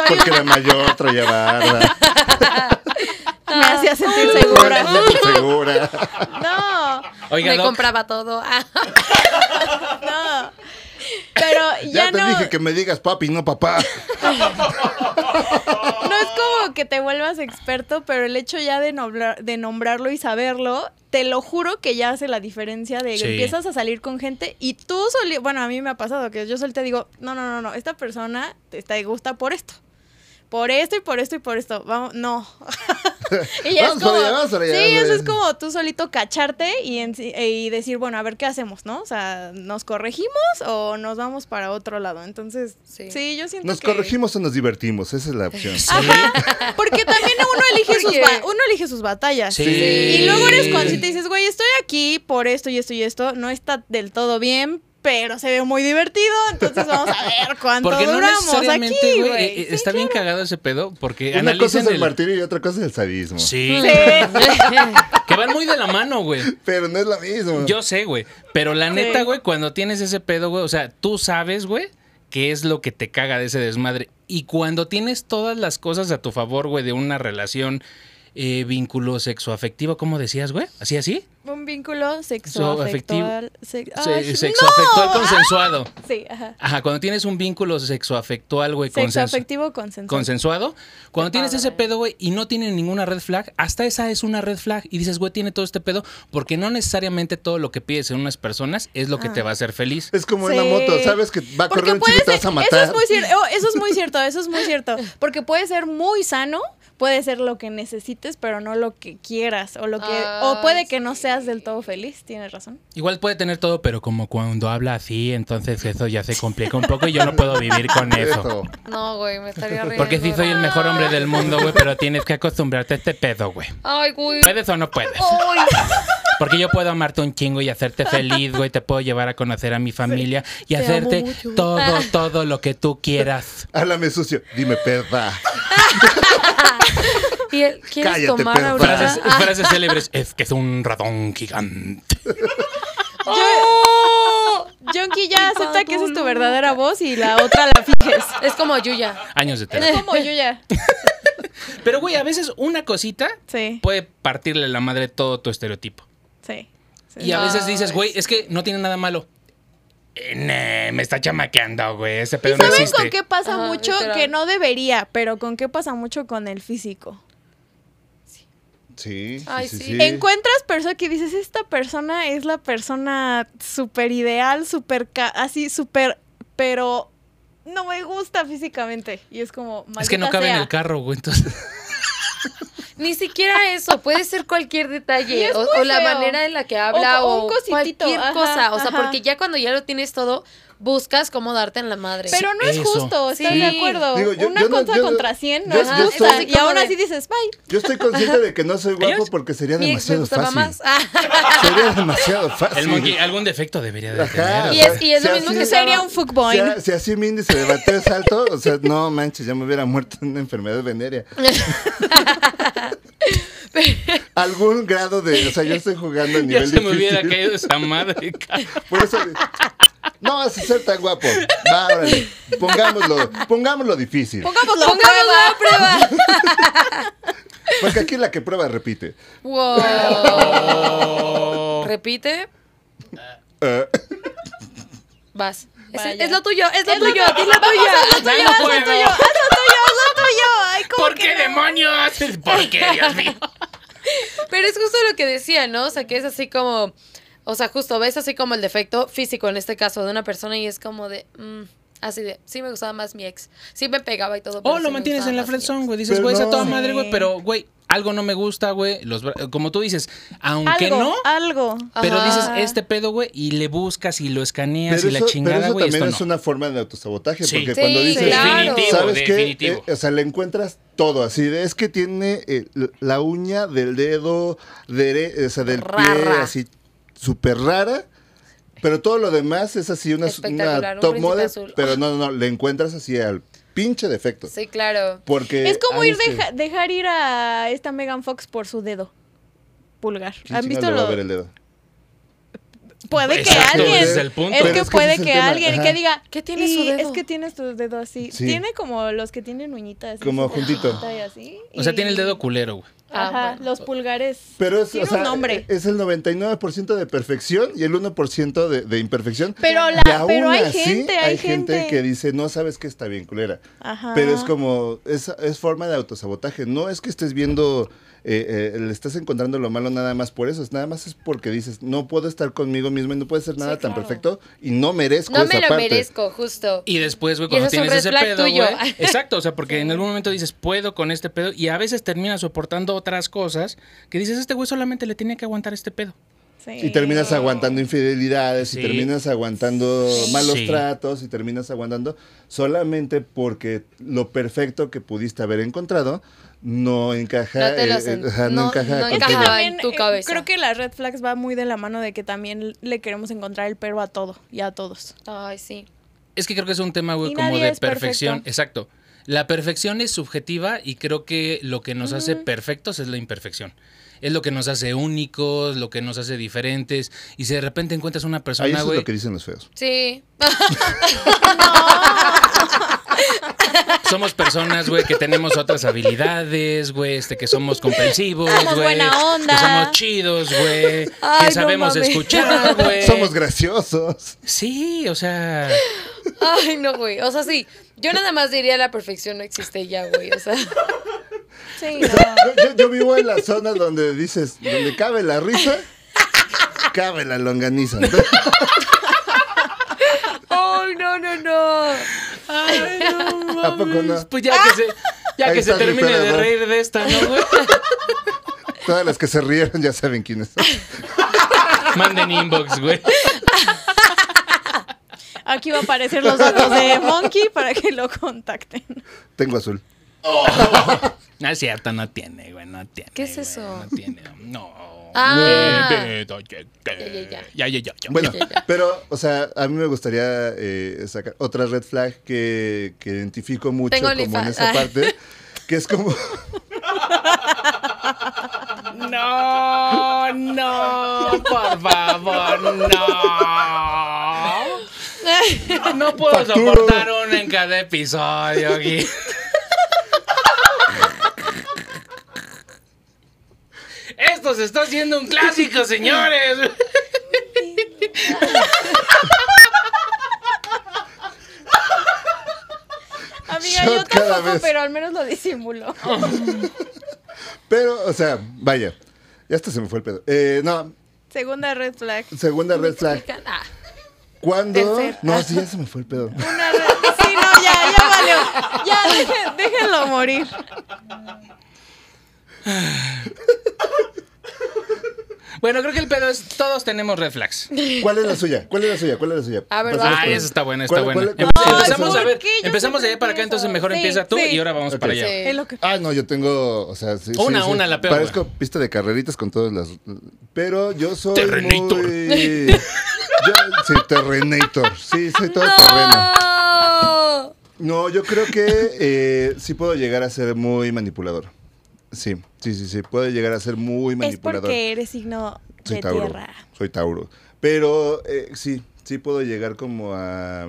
Porque
una-
la mayor traía barba.
me hacía sentir segura.
Segura.
no,
Oiga,
Me
Doc,
compraba todo. Ah.
no. Pero ya,
Ya, te
no.
dije que me digas papi, no papá.
No es como que te vuelvas experto, pero el hecho ya de, nombrar- de nombrarlo y saberlo, te lo juro que ya hace la diferencia de que
Sí.
empiezas a salir con gente y tú soli- bueno, a mí me ha pasado que yo solita digo, no, no, no, no, esta persona te, te gusta por esto. Por esto y por esto y por esto. Vamos, no. Y ya
Vamos
es
para
como,
allá, vamos para allá,
sí,
vamos para
eso es
allá.
como tú solito cacharte y, en- eh, y decir, bueno, a ver qué hacemos, ¿no? O sea, ¿nos corregimos o nos vamos para otro lado? Entonces,
Sí.
sí, yo siento
¿Nos
que-
corregimos o nos divertimos? Esa es la opción.
Ajá, porque también uno elige, sus,
Porque-
ba- uno elige sus batallas.
Sí.
Y luego eres consciente y dices, güey, estoy aquí por esto y esto y esto. No está del todo bien, pero se ve muy divertido. Entonces vamos a ver cuánto
Porque no
duramos
necesariamente,
aquí,
güey,
güey.
eh, eh,
Sí,
está bien cagado ese pedo porque
Una cosa
analizan
es el,
el-
martirio y otra cosa es el sadismo.
Sí, que van muy de la mano, güey.
Pero no es lo mismo.
Yo sé, güey. Pero la
Sí.
neta, güey, cuando tienes ese pedo, güey, o sea, tú sabes, güey, qué es lo que te caga de ese desmadre. Y cuando tienes todas las cosas a tu favor, güey, de una relación, eh, vínculo sexoafectivo, ¿cómo decías, güey? ¿Así, así?
Un vínculo sexoafectual. sex- Ay,
Se-
no. Ah,
sexoafectual consensuado.
Sí, ajá.
Ajá, cuando tienes un vínculo sexoafectual, güey, consensuado.
Sexoafectivo consensuado.
consensuado. Cuando tienes
padre.
ese pedo, güey, y no tiene ninguna red flag, hasta esa es una red flag. Y dices, güey, tiene todo este pedo, porque no necesariamente todo lo que pides en unas personas es lo que
Ah.
te va a hacer feliz.
Es como
Sí.
en la moto, sabes que va a
Porque
correr un chico y
puede
te vas
ser-
a
Eso
matar.
es, muy cier- oh, eso es muy cierto, eso es muy cierto. Porque puede ser muy sano, puede ser lo que necesites, pero no lo que quieras. O, lo que, o puede
Ay,
que no
sí.
seas del todo feliz, tienes razón.
Igual puede tener todo, pero como cuando habla así, entonces eso ya se complica un poco y yo no puedo vivir con eso.
Eso.
No, güey, me estaría riendo.
Porque sí soy el mejor hombre del mundo, güey, pero tienes que acostumbrarte a este pedo, güey.
Ay, güey.
¿Puedes o no puedes?
Ay.
Porque yo puedo amarte un chingo y hacerte feliz, güey. Te puedo llevar a conocer a mi familia y
amo
hacerte
mucho.
todo, todo lo que tú quieras.
Háblame sucio. Dime, perra.
¿Y él- ¿Quieres
Cállate,
tomar
perra.
ahorita?
Frases,
Ah,
frases célebres. Es que es un ratón gigante.
Yo, ¡Oh! Yonki ya acepta que esa es tu
Paduluca.
verdadera voz y la otra la finges.
es como Yuya.
Años de
Es
terapia.
como yo ya.
Pero, güey, a veces una cosita
Sí,
puede partirle la madre todo tu estereotipo.
sí. sí.
Y a veces dices,
Ay,
güey, es que no tiene nada malo. Eh, nah, me está chamaqueando, güey. Ese pedo no
¿Saben
existe.
con qué pasa
Ajá,
mucho?
literal.
Que no debería, pero con qué pasa mucho con el físico.
Sí,
Ay,
sí, sí,
sí.
sí.
Encuentras personas que dices, esta persona es la persona súper ideal, súper ca- así, súper, pero no me gusta físicamente. Y es como,
Es que no
"Maldita
cabe en
sea".
el carro, güey. Entonces,
Ni siquiera eso, puede ser cualquier
Y
detalle
es
o,
muy
o la
feo.
manera en la que habla
O- o
o,
un cositito,
cualquier
ajá,
cosa, o sea,
ajá.
porque ya cuando ya lo tienes todo, buscas cómo darte en la madre.
Pero no es
Eso.
justo, ¿estás
Sí.
de acuerdo?
Digo, yo-
Una
yo no-
cosa
yo no-
contra 100 no
yo-
es
yo
justa.
soy-
y aún
como de-
así dices, bye.
Yo estoy consciente de que no soy guapo
Ellos-
porque sería
mi ex me
demasiado
gustaba más.
fácil.
Ah,
Sería demasiado fácil.
el monkey, algún defecto debería de
Ajá.
tener.
y es, y es
Sí,
lo
así
mismo
es.
que
Sería
sería
un fuckboy.
Si, a- si así mi índice de bateo es alto, o sea, no manches, ya me hubiera muerto en una enfermedad venérea. Algún grado de, o sea, yo estoy jugando a
Ya
nivel
se me hubiera
difícil.
caído esa madre. cabrón.
Por eso, no vas a ser tan guapo. Va, órale. Pongámoslo, pongámoslo difícil.
Pongámoslo, a
Pongámoslo
prueba.
a prueba.
Porque aquí la que prueba repite.
Wow. Repite.
Eh,
Vas. Es,
Vaya.
es lo tuyo, es lo
Es lo
tuyo,
tuyo.
es lo tuyo.
Ya no
Haz lo tuyo, haz lo
puedo.
tuyo, haz lo tuyo. Ay, ¿cómo
¿Por
que
qué
no?
demonios? ¿Por qué, Dios mío?
Pero es justo lo que decía, ¿no? O sea, que es así como. O sea, justo ves así como el defecto físico en este caso de una persona y es como de. mm, así de. Sí, me gustaba más mi ex. Sí, me pegaba y todo. pero
O
sí
Oh, lo
me
mantienes
gustaba
en la
más mi
friendzone,
ex.
güey. Dices,
Pero
güey, está
no.
toda madre, güey,
Sí.
pero, güey, algo no me gusta, güey. Los bra- Como tú dices, aunque
Algo,
no,
algo.
Ah,
pero
Ajá.
dices este pedo, güey, y le buscas y lo escaneas
Pero
y la
eso, pero
chingada,
eso
güey,
también
esto
es
no.
una forma de autosabotaje,
Sí.
porque
Sí,
cuando dices,
claro. Definitivo,
¿sabes qué?
definitivo.
Eh, o sea, le encuentras todo, así de, es que tiene eh, la uña del dedo, dere- o sea, del pie,
Rara.
así súper rara, pero todo lo demás es así una,
Espectacular,
una
un
top
príncipe
model,
azul.
pero no, no, no, le encuentras así al pinche defecto.
Sí, claro.
Porque
Es como
ay,
ir
que-
deja- dejar ir a esta Megan Fox por su dedo pulgar.
¿quién
¿Han
chingados
visto
le va a
lo?
ver el dedo? Pues,
Puede que
Exacto,
alguien.
ese es
Es,
el punto.
Pero
que
es que
puede
ese es el
que
tema,
alguien
ajá.
que diga.
¿Qué tiene su
"Y
dedo?"
Es que tienes tu dedo así.
Sí.
Tiene como los que tienen uñitas.
Como juntito.
así,
O sea,
y-
tiene el dedo culero, güey.
Ah,
Ajá,
bueno.
los pulgares.
Pero es,
tiene
o sea, eh,
un nombre.
es el 99% de perfección y el 1% de, de imperfección.
Pero, la,
Y aún
Ah, pero hay
así,
gente, hay, gente. Ah.
que dice, no sabes que está bien culera.
Ajá.
Pero es como, es, es forma de autosabotaje. No es que estés viendo, eh, eh, le estás encontrando lo malo nada más por eso. es Nada más es porque dices, no puedo estar conmigo mismo y no puede ser nada
Sí,
tan
claro.
perfecto y no merezco
No
esa
me lo
parte.
merezco, justo.
Y después, güey,
Y
cuando
ese es un
tienes ese
red flag
pedo,
tuyo.
güey. Exacto, o sea, porque en algún momento dices, puedo con este pedo, y a veces terminas soportando otras cosas que dices, este güey solamente le tenía que aguantar este pedo.
Sí.
Y terminas aguantando infidelidades,
Eh, Sí.
y terminas aguantando malos
Sí.
tratos, y terminas aguantando solamente porque lo perfecto que pudiste haber encontrado no encaja. eh,
No te lo sen-
ajá,
no- no
Es que
contigo.
encajaba en
también,
tu
eh,
cabeza.
creo que las red flags va muy de la mano de que también le queremos encontrar el perro a todo y a todos.
Ay, sí.
Es que creo que es un tema, güey,
Y
como
nadie
de
es perfecto.
perfección. Exacto. La perfección es subjetiva y creo que lo que nos hace perfectos es la imperfección. Es lo que nos hace únicos, lo que nos hace diferentes. Y si de repente encuentras una
Ahí
persona,
eso es
güey,
lo que dicen los feos.
Sí.
somos personas, güey, que tenemos otras habilidades, güey, este, que somos comprensivos,
Somos
güey.
buena onda.
Que somos chidos, güey.
Ay,
Que
no
sabemos
mames.
escuchar, güey.
Somos graciosos.
Sí, o sea,
Ay, no, güey. O sea, sí. Yo nada más diría la perfección no existe ya, güey. O sea,
Sí,
Yo, yo- yo vivo en la zona donde dices, donde cabe la risa, cabe la longaniza. Entonces,
ay, no, no, no.
¿A poco no?
pues ya que se, ya
Ahí
que se
está mi
termine
pedo,
de
¿no?
reír de esta, ¿no, güey?
Todas las que se rieron ya saben quién es.
Manden inbox, güey.
Aquí va a aparecer los datos de Monkey para que lo contacten.
Tengo azul.
No es cierto, no tiene, güey, no tiene.
¿Qué es
güey,
eso?
No tiene, no.
Ah.
Ya, ya, ya, ya.
Bueno,
Ya, ya.
pero, o sea, a mí me gustaría eh, sacar otra red flag que, que identifico mucho
Tengo
como en
OnlyFans.
esa
Ah.
parte, que es como,
No, no, por favor, no. No puedo
Facturo.
soportar una en cada episodio, Gui. Esto se está haciendo un clásico, señores.
Amiga,
Yo
yo,
cada
tampoco,
vez.
pero al menos lo disimulo.
pero, o sea, vaya, ya hasta se me fue el pedo. Eh, no,
Segunda red flag.
segunda red flag.
Ah,
¿Cuándo?
Tercera.
No, sí, ya se me fue el pedo.
Una red... Sí, no, ya, ya valió. Ya, deje- déjenlo morir.
Bueno, creo que el pedo es todos tenemos red flags.
¿Cuál es la suya? ¿Cuál es la suya? ¿Cuál es la suya?
A ver,
Pasemos
va.
Ah,
por-
eso está bueno, está
¿Cuál-
bueno.
cuál- cuál-
Empe-
cuál-
empezamos
cuál-
a ver,
Pues ¿por qué? Yo
empezamos
siempre
allá para acá,
empiezo.
entonces mejor
Sí,
empieza tú
sí.
y ahora vamos
Ok.
para allá.
Sí.
Es lo que...
Ah, no, yo tengo, o sea, sí, sí,
Una,
sí.
una, la peor,
Parezco pista de carreritas con todas las. Pero yo soy
Terrenator.
muy. Yo, sí, Terrenator. Sí, soy todo terreno.
No.
No, yo creo que eh, sí puedo llegar a ser muy manipulador. Sí, sí, sí, sí. Puedo llegar a ser muy
Es
manipulador.
porque eres signo
soy
de
Tauro.
tierra.
Soy Tauro. Pero eh, sí, sí puedo llegar como a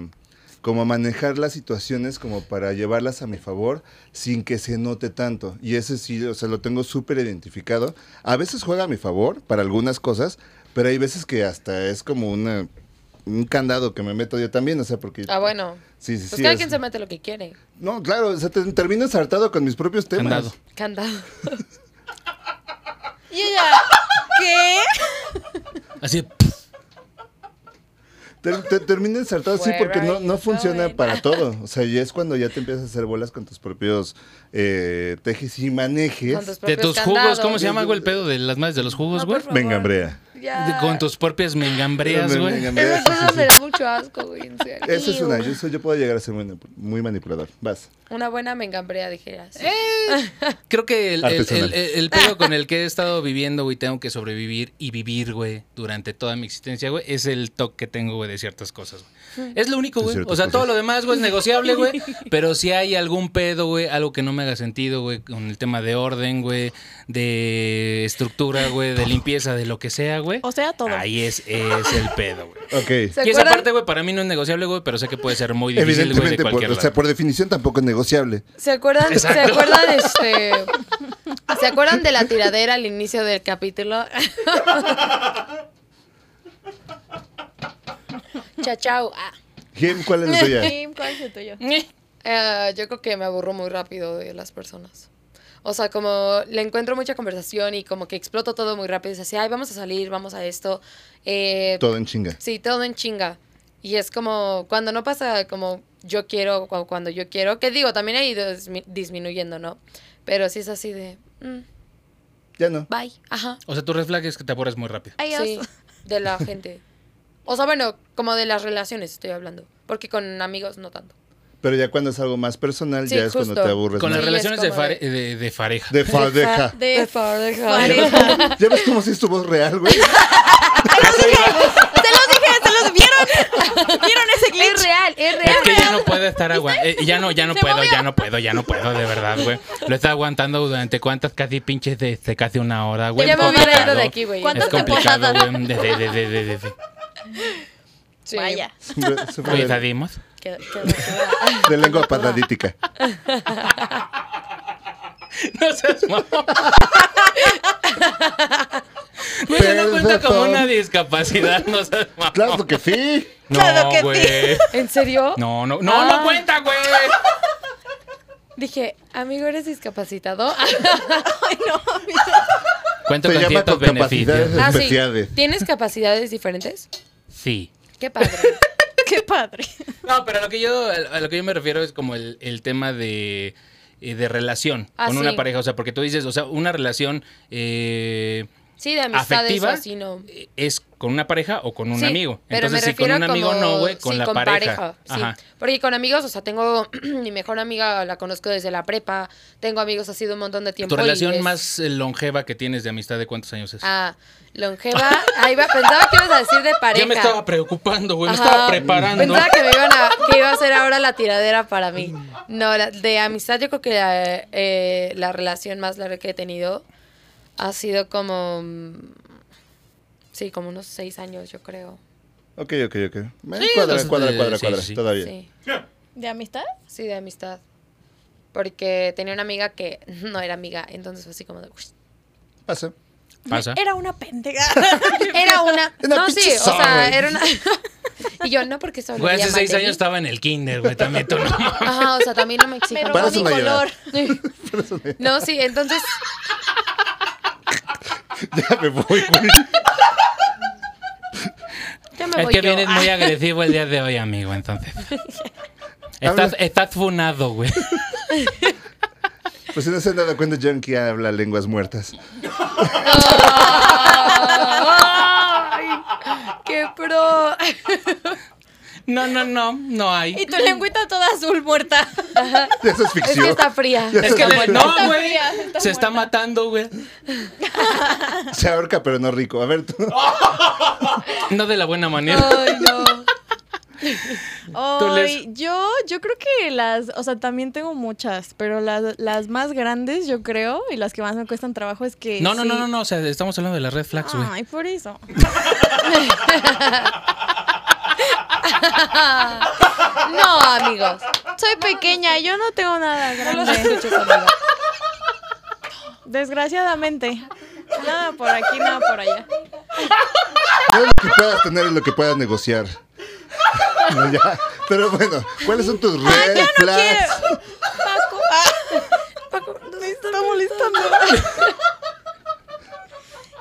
como a manejar las situaciones como para llevarlas a mi favor sin que se note tanto. Y ese sí, o sea, lo tengo súper identificado. A veces juega a mi favor para algunas cosas, pero hay veces que hasta es como una un candado que me meto yo también, o sea, porque
Ah, bueno.
Sí, sí,
Pues
sí.
cada
es-
quien se mete lo que quiere.
No, claro, o sea, te, terminas hartado con mis propios temas.
Candado.
Candado.
Y ella, ¿qué?
Así,
Te, te terminas hartado, sí,
Where
porque no,
are
no
you
funciona
going?
para todo. O sea, y es cuando ya te empiezas a hacer bolas con tus propios eh, tejes y manejes.
Con tus
de
propios
tus jugos,
candados.
¿cómo se llama, güey, el pedo de las madres de los jugos, güey?
Mengambrea.
De-
Ya.
con tus propias mengambreas,
Men-
güey.
mengambrea,
Esas
sí, sí,
cosas
sí.
me dan mucho asco, güey. en serio.
Esa es una, yo, soy- yo puedo llegar a ser muy, muy manipulador. Vas.
Una buena mengambrea, dijeras.
Creo que el, el- el-
Artesanal.
el- el pedo con el que he estado viviendo, güey, tengo que sobrevivir y vivir, güey, durante toda mi existencia, güey, es el toque que tengo, güey, de ciertas cosas, güey. Es lo único,
De
güey.
ciertas
O sea, todo
cosas.
lo demás, güey, es negociable, güey. Pero si hay algún pedo, güey, algo que no me haga sentido, güey, con el tema de orden, güey, de estructura, güey, de limpieza, de lo que sea, güey.
O sea, todo.
Ahí es, es el pedo, güey.
Ok.
¿Se
Y esa
acuerdan?
parte, güey, para mí no es negociable, güey, pero sé que puede ser muy difícil, güey, de
Evidentemente, por,
cualquier
o sea,
lado.
por definición tampoco es negociable.
¿Se acuerdan, ¿se
Exacto.
acuerdan, este, ¿se acuerdan de la tiradera al inicio del capítulo? chao, chao. Ah.
Jim, ¿cuál es la suya?
Kim, ¿cuál es el tuyo?
Eh, yo creo que me aburro muy rápido de las personas. O sea, como le encuentro mucha conversación y como que exploto todo muy rápido. Es así, ay, vamos a salir, vamos a esto. Eh,
Todo en chinga.
Sí, todo en chinga. Y es como cuando no pasa como yo quiero, cu- cuando yo quiero, que digo, también ha ido dismi- disminuyendo, ¿no? Pero sí es así de... mm,
Ya no.
Bye. Ajá.
O sea, tu red flag es que te apuras muy rápido.
Ay,
Sí,
oso.
de la gente. O sea, bueno, como de las relaciones estoy hablando. Porque con amigos no tanto.
Pero ya cuando es algo más personal,
Sí,
ya Pues es cuando
justo.
te aburres.
Con
más.
las
Sí,
relaciones
es
de,
como
fare- de, de pareja.
De fadeja.
Ah, De
pareja.
pareja.
¿Ya ves cómo si es tu voz real, güey?
¡Te los dije! ¡Te los vieron! ¿Vieron ese clip?
Es real, es real.
Es que ya no puedo estar aguantando. ya no, ya no
Se
puedo,
movió.
ya no puedo, ya no puedo, de verdad, güey. Lo está aguantando durante cuántas casi pinches de, de casi una hora, güey.
Ya me
Es
hubiera ido
complicado.
de aquí, güey.
Es
¿Cuántas
complicado,
temporadas?
güey. De, de, de, de, de, de-
Sí.
Vaya.
Siempre- siempre
Oye,
de,
¿sabimos?
Qué- qué- qué-
de lengua patadítica.
No seas mamón. Güey, eso no cuenta como
Perdón.
una discapacidad, no seas mamón.
Claro que sí.
claro que sí.
No, güey.
¿En serio?
No, no, no,
Ah.
no cuenta, güey.
Dije, amigo, ¿eres discapacitado?
Ay, no.
Cuento
Se
con
llama
ciertos
con capacidades
beneficios.
Ah, sí.
especiales.
¿Tienes capacidades diferentes?
Sí.
Qué padre.
¡Qué padre!
No, pero a lo que yo, a lo que yo me refiero es como el, el tema de, eh, de relación
Ah,
con
sí.
una pareja. O sea, porque tú dices, o sea, una relación eh,
Sí, de amistades
afectiva
o así, no.
eh, es con una pareja o con un
Sí,
amigo.
pero
Entonces,
me
si con
refiero
un amigo
como-
no, güey, con
sí,
la
con
pareja.
sí.
Ajá.
Porque con amigos, o sea, tengo mi mejor amiga, la conozco desde la prepa, tengo amigos así de un montón de tiempo.
Tu
y
relación
es-
más eh, longeva que tienes de amistad, ¿de cuántos años es?
Ah, longeva. Ahí va, pensaba que ibas a decir de pareja.
Yo me estaba preocupando, güey, me
Ajá.
estaba preparando.
Pensaba que me iban a, que iba a ser ahora la tiradera para mí. No, la- de amistad yo creo que la, eh, la relación más larga que he tenido ha sido como, mm, sí, como unos seis años yo creo.
Ok, ok, ok. Me
Sí,
cuadra,
los-
cuadra,
eh,
cuadra,
sí,
cuadra.
sí.
Todo bien.
Sí,
¿De amistad?
sí, de amistad. Porque tenía una amiga que no era amiga, entonces fue así como de, "Ush".
Pasa.
Pasa.
Era una pendeja.
Era una,
Una
no, sí,
pinche
o sea,
zorra.
era una... y yo, no, porque soy
Güey, hace
¿eh?
seis años estaba en el kinder, güey, también tú no.
Ajá, o sea, también no me
Me
exijan.
robó
Para
mi
su mayoría.
color.
No, sí, entonces...
Ya me voy, güey.
Ya me
Es
voy
que
yo.
vienes
Ah.
muy agresivo el día de hoy, amigo, entonces. Estás,
Habla-
estás funado, güey.
Pues si no se han dado cuenta, Junkie habla lenguas muertas.
¡Ay! ¡Qué pro!
No, no, no, no
Y
hay.
tu lengüita toda azul muerta.
Eso es
Es que
ficción.
está fría.
Ya
Es que
está
le-
muerta.
no, güey.
fría, está
Se está matando, güey.
Se ahorca, pero no rico. A ver, tú.
No de la buena manera.
Ay, no.
les-
Ay, yo, yo creo que las, o sea, también tengo muchas, pero las, las más grandes, yo creo, y las que más me cuestan trabajo es que.
No, no,
sí-
no, no, no. O sea, estamos hablando de las red flags, güey.
Ay, por eso.
No, amigos.
Soy pequeña, yo no tengo nada
No los
grande.
escuches, amigos.
Desgraciadamente. Nada por aquí, nada por allá.
No es lo que puedas tener es lo que puedas negociar. No, ya. Pero bueno, ¿cuáles son tus red
Ah, ya no
flags?
quiero. Paco. Paco, me está molestando.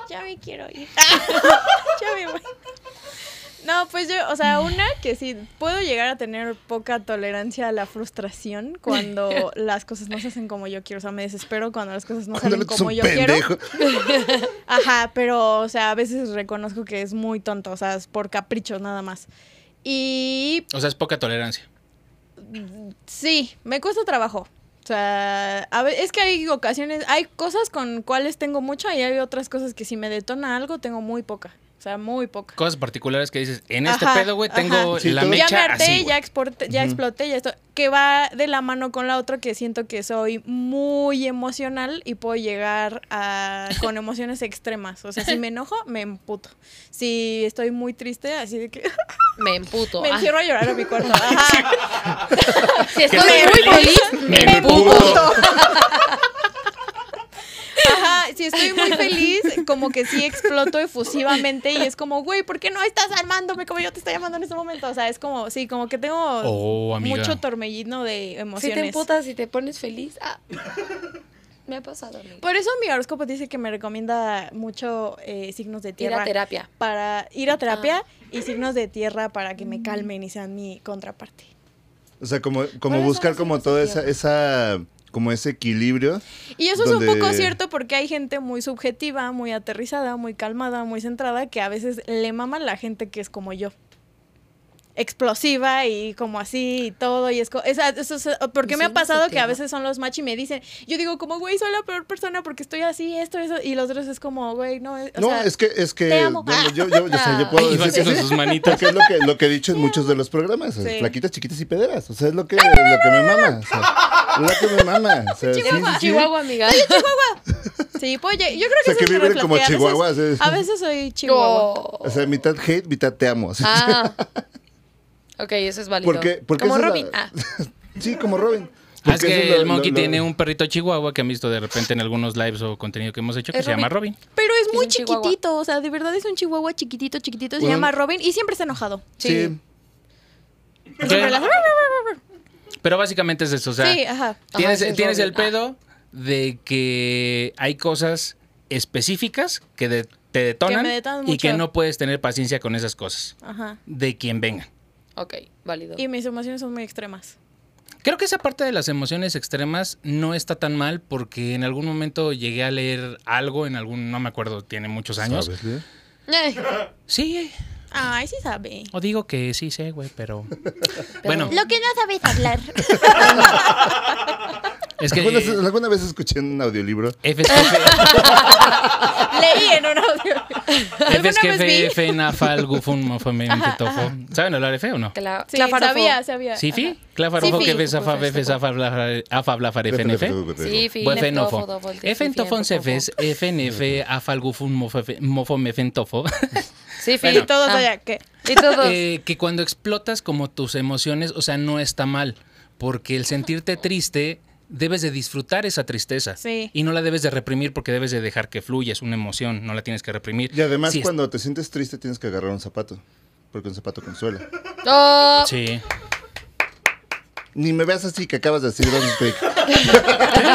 ya me quiero ir. ya me voy. No, pues yo, o sea, una que sí, puedo llegar a tener poca tolerancia a la frustración cuando las cosas no se hacen como yo quiero. O sea, me desespero cuando las cosas no
Cuando
salen
eres
como
un
yo quiero.
pendejo.
Ajá, pero, o sea, a veces reconozco que es muy tonto, o sea, es por caprichos nada más. Y
O sea, es poca tolerancia.
Sí, me cuesta trabajo. O sea, a ve- es que hay ocasiones, hay cosas con cuales tengo mucha y hay otras cosas que si me detona algo tengo muy poca. O sea, muy poca.
Cosas particulares que dices, en este
Ajá,
pedo, güey, tengo
ajá.
Sí,
la
todo-
mecha
ya me harté,
así, güey.
ya, exporté- ya exploté, ya esto. Que va de la mano con la otra que siento que soy muy emocional y puedo llegar a, con emociones extremas. O sea, si me enojo, me emputo. Si estoy muy triste, así de que
Me emputo.
me
Ah,
encierro a llorar a mi cuarto. Ajá.
si estoy
Que
muy
estoy
feliz, me,
me
emputo.
emputo.
Ajá, si estoy muy feliz, como que sí exploto efusivamente y es como, güey, ¿por qué no estás armándome como yo te estoy llamando en este momento? O sea, es como, sí, como que tengo
Oh, amiga.
mucho torbellino de
Si te
emociones.
emputas y te pones feliz. ah. Me ha pasado, amigo.
Por eso mi horóscopo dice que me recomienda mucho eh, signos de
Ir
tierra.
a terapia. Ah.
Para ir a terapia y signos de tierra para que me calmen y sean mi contraparte.
O sea, como,
¿Cuáles
como
son
buscar
los
como
signos
toda
de
esa,
tierra?
esa como ese equilibrio.
Y eso es un
donde-
poco cierto porque hay gente muy subjetiva, muy aterrizada, muy calmada, muy centrada, que a veces le maman la gente que es como yo. Explosiva y como así y todo. Y es, co- esa- eso es- porque me
Sí,
ha pasado
no sé
que a
qué, ¿no?
veces son los machi y me dicen, yo digo como, güey, soy la peor persona porque estoy así, esto, eso. Y los otros es como, güey, no. eh, o
no,
sea,
es que, es que
te amo.
bueno, yo, yo- yo- o sea, yo puedo
Ahí va
decir
haciendo
que sí,
sus manitas.
porque es lo que, lo que he dicho en muchos de los programas, o sea,
Sí.
flaquitas, chiquitas y pederas, o sea, es lo que, lo que me mama, o sea, lo que me mama, o sea, sí, sí, sí.
Chihuahua, amiga.
sí, pues, yo yo creo que
O sea,
eso
que
es
viven
refleja. A
como
veces-
chihuahuas, eh.
A veces soy chihuahua.
O sea, mitad hate, mitad te amo. o sea,
Ah. Ok, eso es válido.
Porque, porque
Como
esa es
Robin.
la-
Ah.
sí, como Robin.
Ah, es
Porque eso
que
es lo-
el monkey
lo- lo-
tiene un perrito chihuahua que han visto de repente en algunos lives o contenido que hemos hecho que
Es
se llama
Robin.
Robin.
Pero es muy
un chihuahua.
chiquitito, o sea, de verdad es un chihuahua chiquitito, chiquitito, se
Bueno.
llama Robin y siempre está enojado.
Sí.
Siempre las-
Pero básicamente es eso, o sea,
sí, ajá.
tienes,
Ajá, ese es
tienes el
Robin.
pedo de que hay cosas específicas que de- te detonan,
me detonan
y que
mucho.
no puedes tener paciencia con esas cosas,
Ajá.
de quien vengan.
Ok, válido.
Y mis emociones son muy extremas.
Creo que esa parte de las emociones extremas no está tan mal porque en algún momento llegué a leer algo en algún, no me acuerdo, tiene muchos años.
¿Sabes, eh?
Eh,
Sí,
Ay, sí sabe.
o digo que sí sé, güey, pero... bueno,
Lo que no sabes hablar.
es que...
¿Alguna, alguna vez escuché en un audiolibro?
F es jefe,
Leí en un audio.
F es
¿Alguna vez
jefe,
vi?
F, nafal, gufun, mofo, me- me- tofo. ¿Saben hablar F o no?
cla-
Sí,
clafarofo.
sabía, sabía.
¿Sí, fi?
Ajá.
Clafarofo,
Sí, fi.
que ves, afa, befes, afa, blafar, afa, blafar, F, en F.
Sí, fi,
Buefenofo.
neftofo, dofo, el
Efentofon,
tififien,
cefes, FNF, afal, gufun, mofo, fe- mofo, mefentofo.
Sí, fi.
Y todos
Ah,
allá, ¿qué?
Y todos.
Eh, que cuando explotas como tus emociones, o sea, no está mal, porque el sentirte triste debes de disfrutar esa tristeza
Sí.
y no la debes de reprimir porque debes de dejar que fluya, es una emoción, no la tienes que reprimir.
Y además,
Sí, es-
cuando te sientes triste, tienes que agarrar un zapato. Porque un zapato consuela.
Oh,
Sí.
Ni me veas así que acabas de decir "Don't speak".
Aún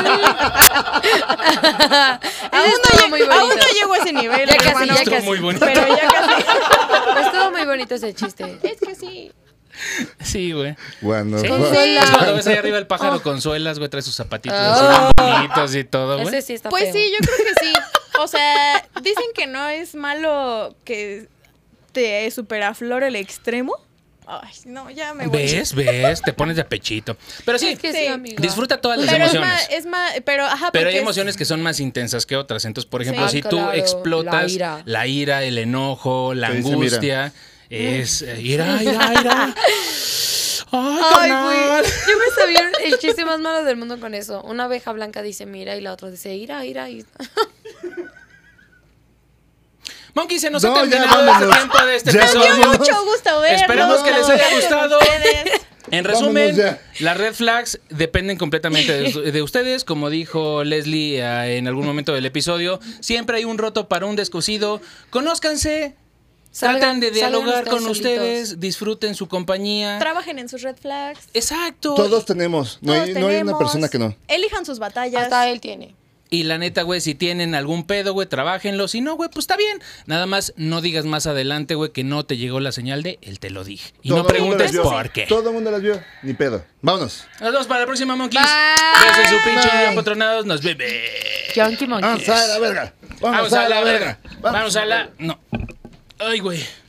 Aún
todo
no,
muy
llego,
bonito.
aún no llego a ese nivel.
Ya casi,
hermano.
ya
Estuvo
casi.
muy bonito.
Pero ya casi.
Estuvo muy bonito ese chiste.
Es que sí.
Sí, güey.
Bueno,
Sí.
bueno.
Consuela.
Es cuando ves ahí arriba el pájaro, consuelas, güey, trae sus zapatitos
Oh.
así bonitos y todo, güey.
Ese sí está
Pues
feo.
sí, yo creo que sí. O sea, dicen que no es malo que te superaflore el extremo. Ay, no, ya me voy.
¿Ves? ¿Ves? Te pones de apechito. Pero sí,
Es que sí,
Sí.
amiga.
disfruta todas las
Pero es
emociones.
más, es más, pero ajá,
Pero hay
porque es-
emociones que son más intensas que otras. Entonces, por ejemplo,
Sí.
si
Ah,
tú
claro.
explotas la
La
ira.
ira.
el enojo, la
Te dice,
angustia, es eh, ira, ira, ira. Ay,
Ay,
carnal.
güey. Yo me sabía el chiste más malo del mundo con eso. Una abeja blanca dice mira y la otra dice ira, ira. ira".
Monkey, se nos ha
No, ya
terminado el
vámonos.
tiempo de este
Ya
episodio.
vámonos.
Mucho gusto verlos.
Esperamos que les haya gustado.
Ustedes.
En resumen,
Vámonos ya.
las red flags dependen completamente de, de ustedes. Como dijo Leslie ah, en algún momento del episodio, siempre hay un roto para un descosido. Conózcanse, tratan
Salgan-
de
salgan
dialogar con
solitos.
ustedes, disfruten su compañía.
Trabajen en sus red flags.
Exacto.
Todos tenemos. No,
Todos
hay, no hay una
tenemos.
persona que no.
Elijan sus batallas.
Hasta él tiene.
Y la neta, güey, si tienen algún pedo, güey, trabajenlo. Si no, güey, pues está bien. Nada más no digas más adelante, güey, que no te llegó la señal de él te lo dije. Y
Todo
no
el mundo
preguntes
las vio.
por qué.
Todo el mundo las vio. Ni pedo. Vámonos.
Nos vemos para la próxima, monkeys.
Bye.
Besos en su pinche
Bye.
video, patronados. Nos bebe.
Yankee Monkey.
Vamos a la verga. Vamos, a la verga.
Vamos a la. No. Ay, güey.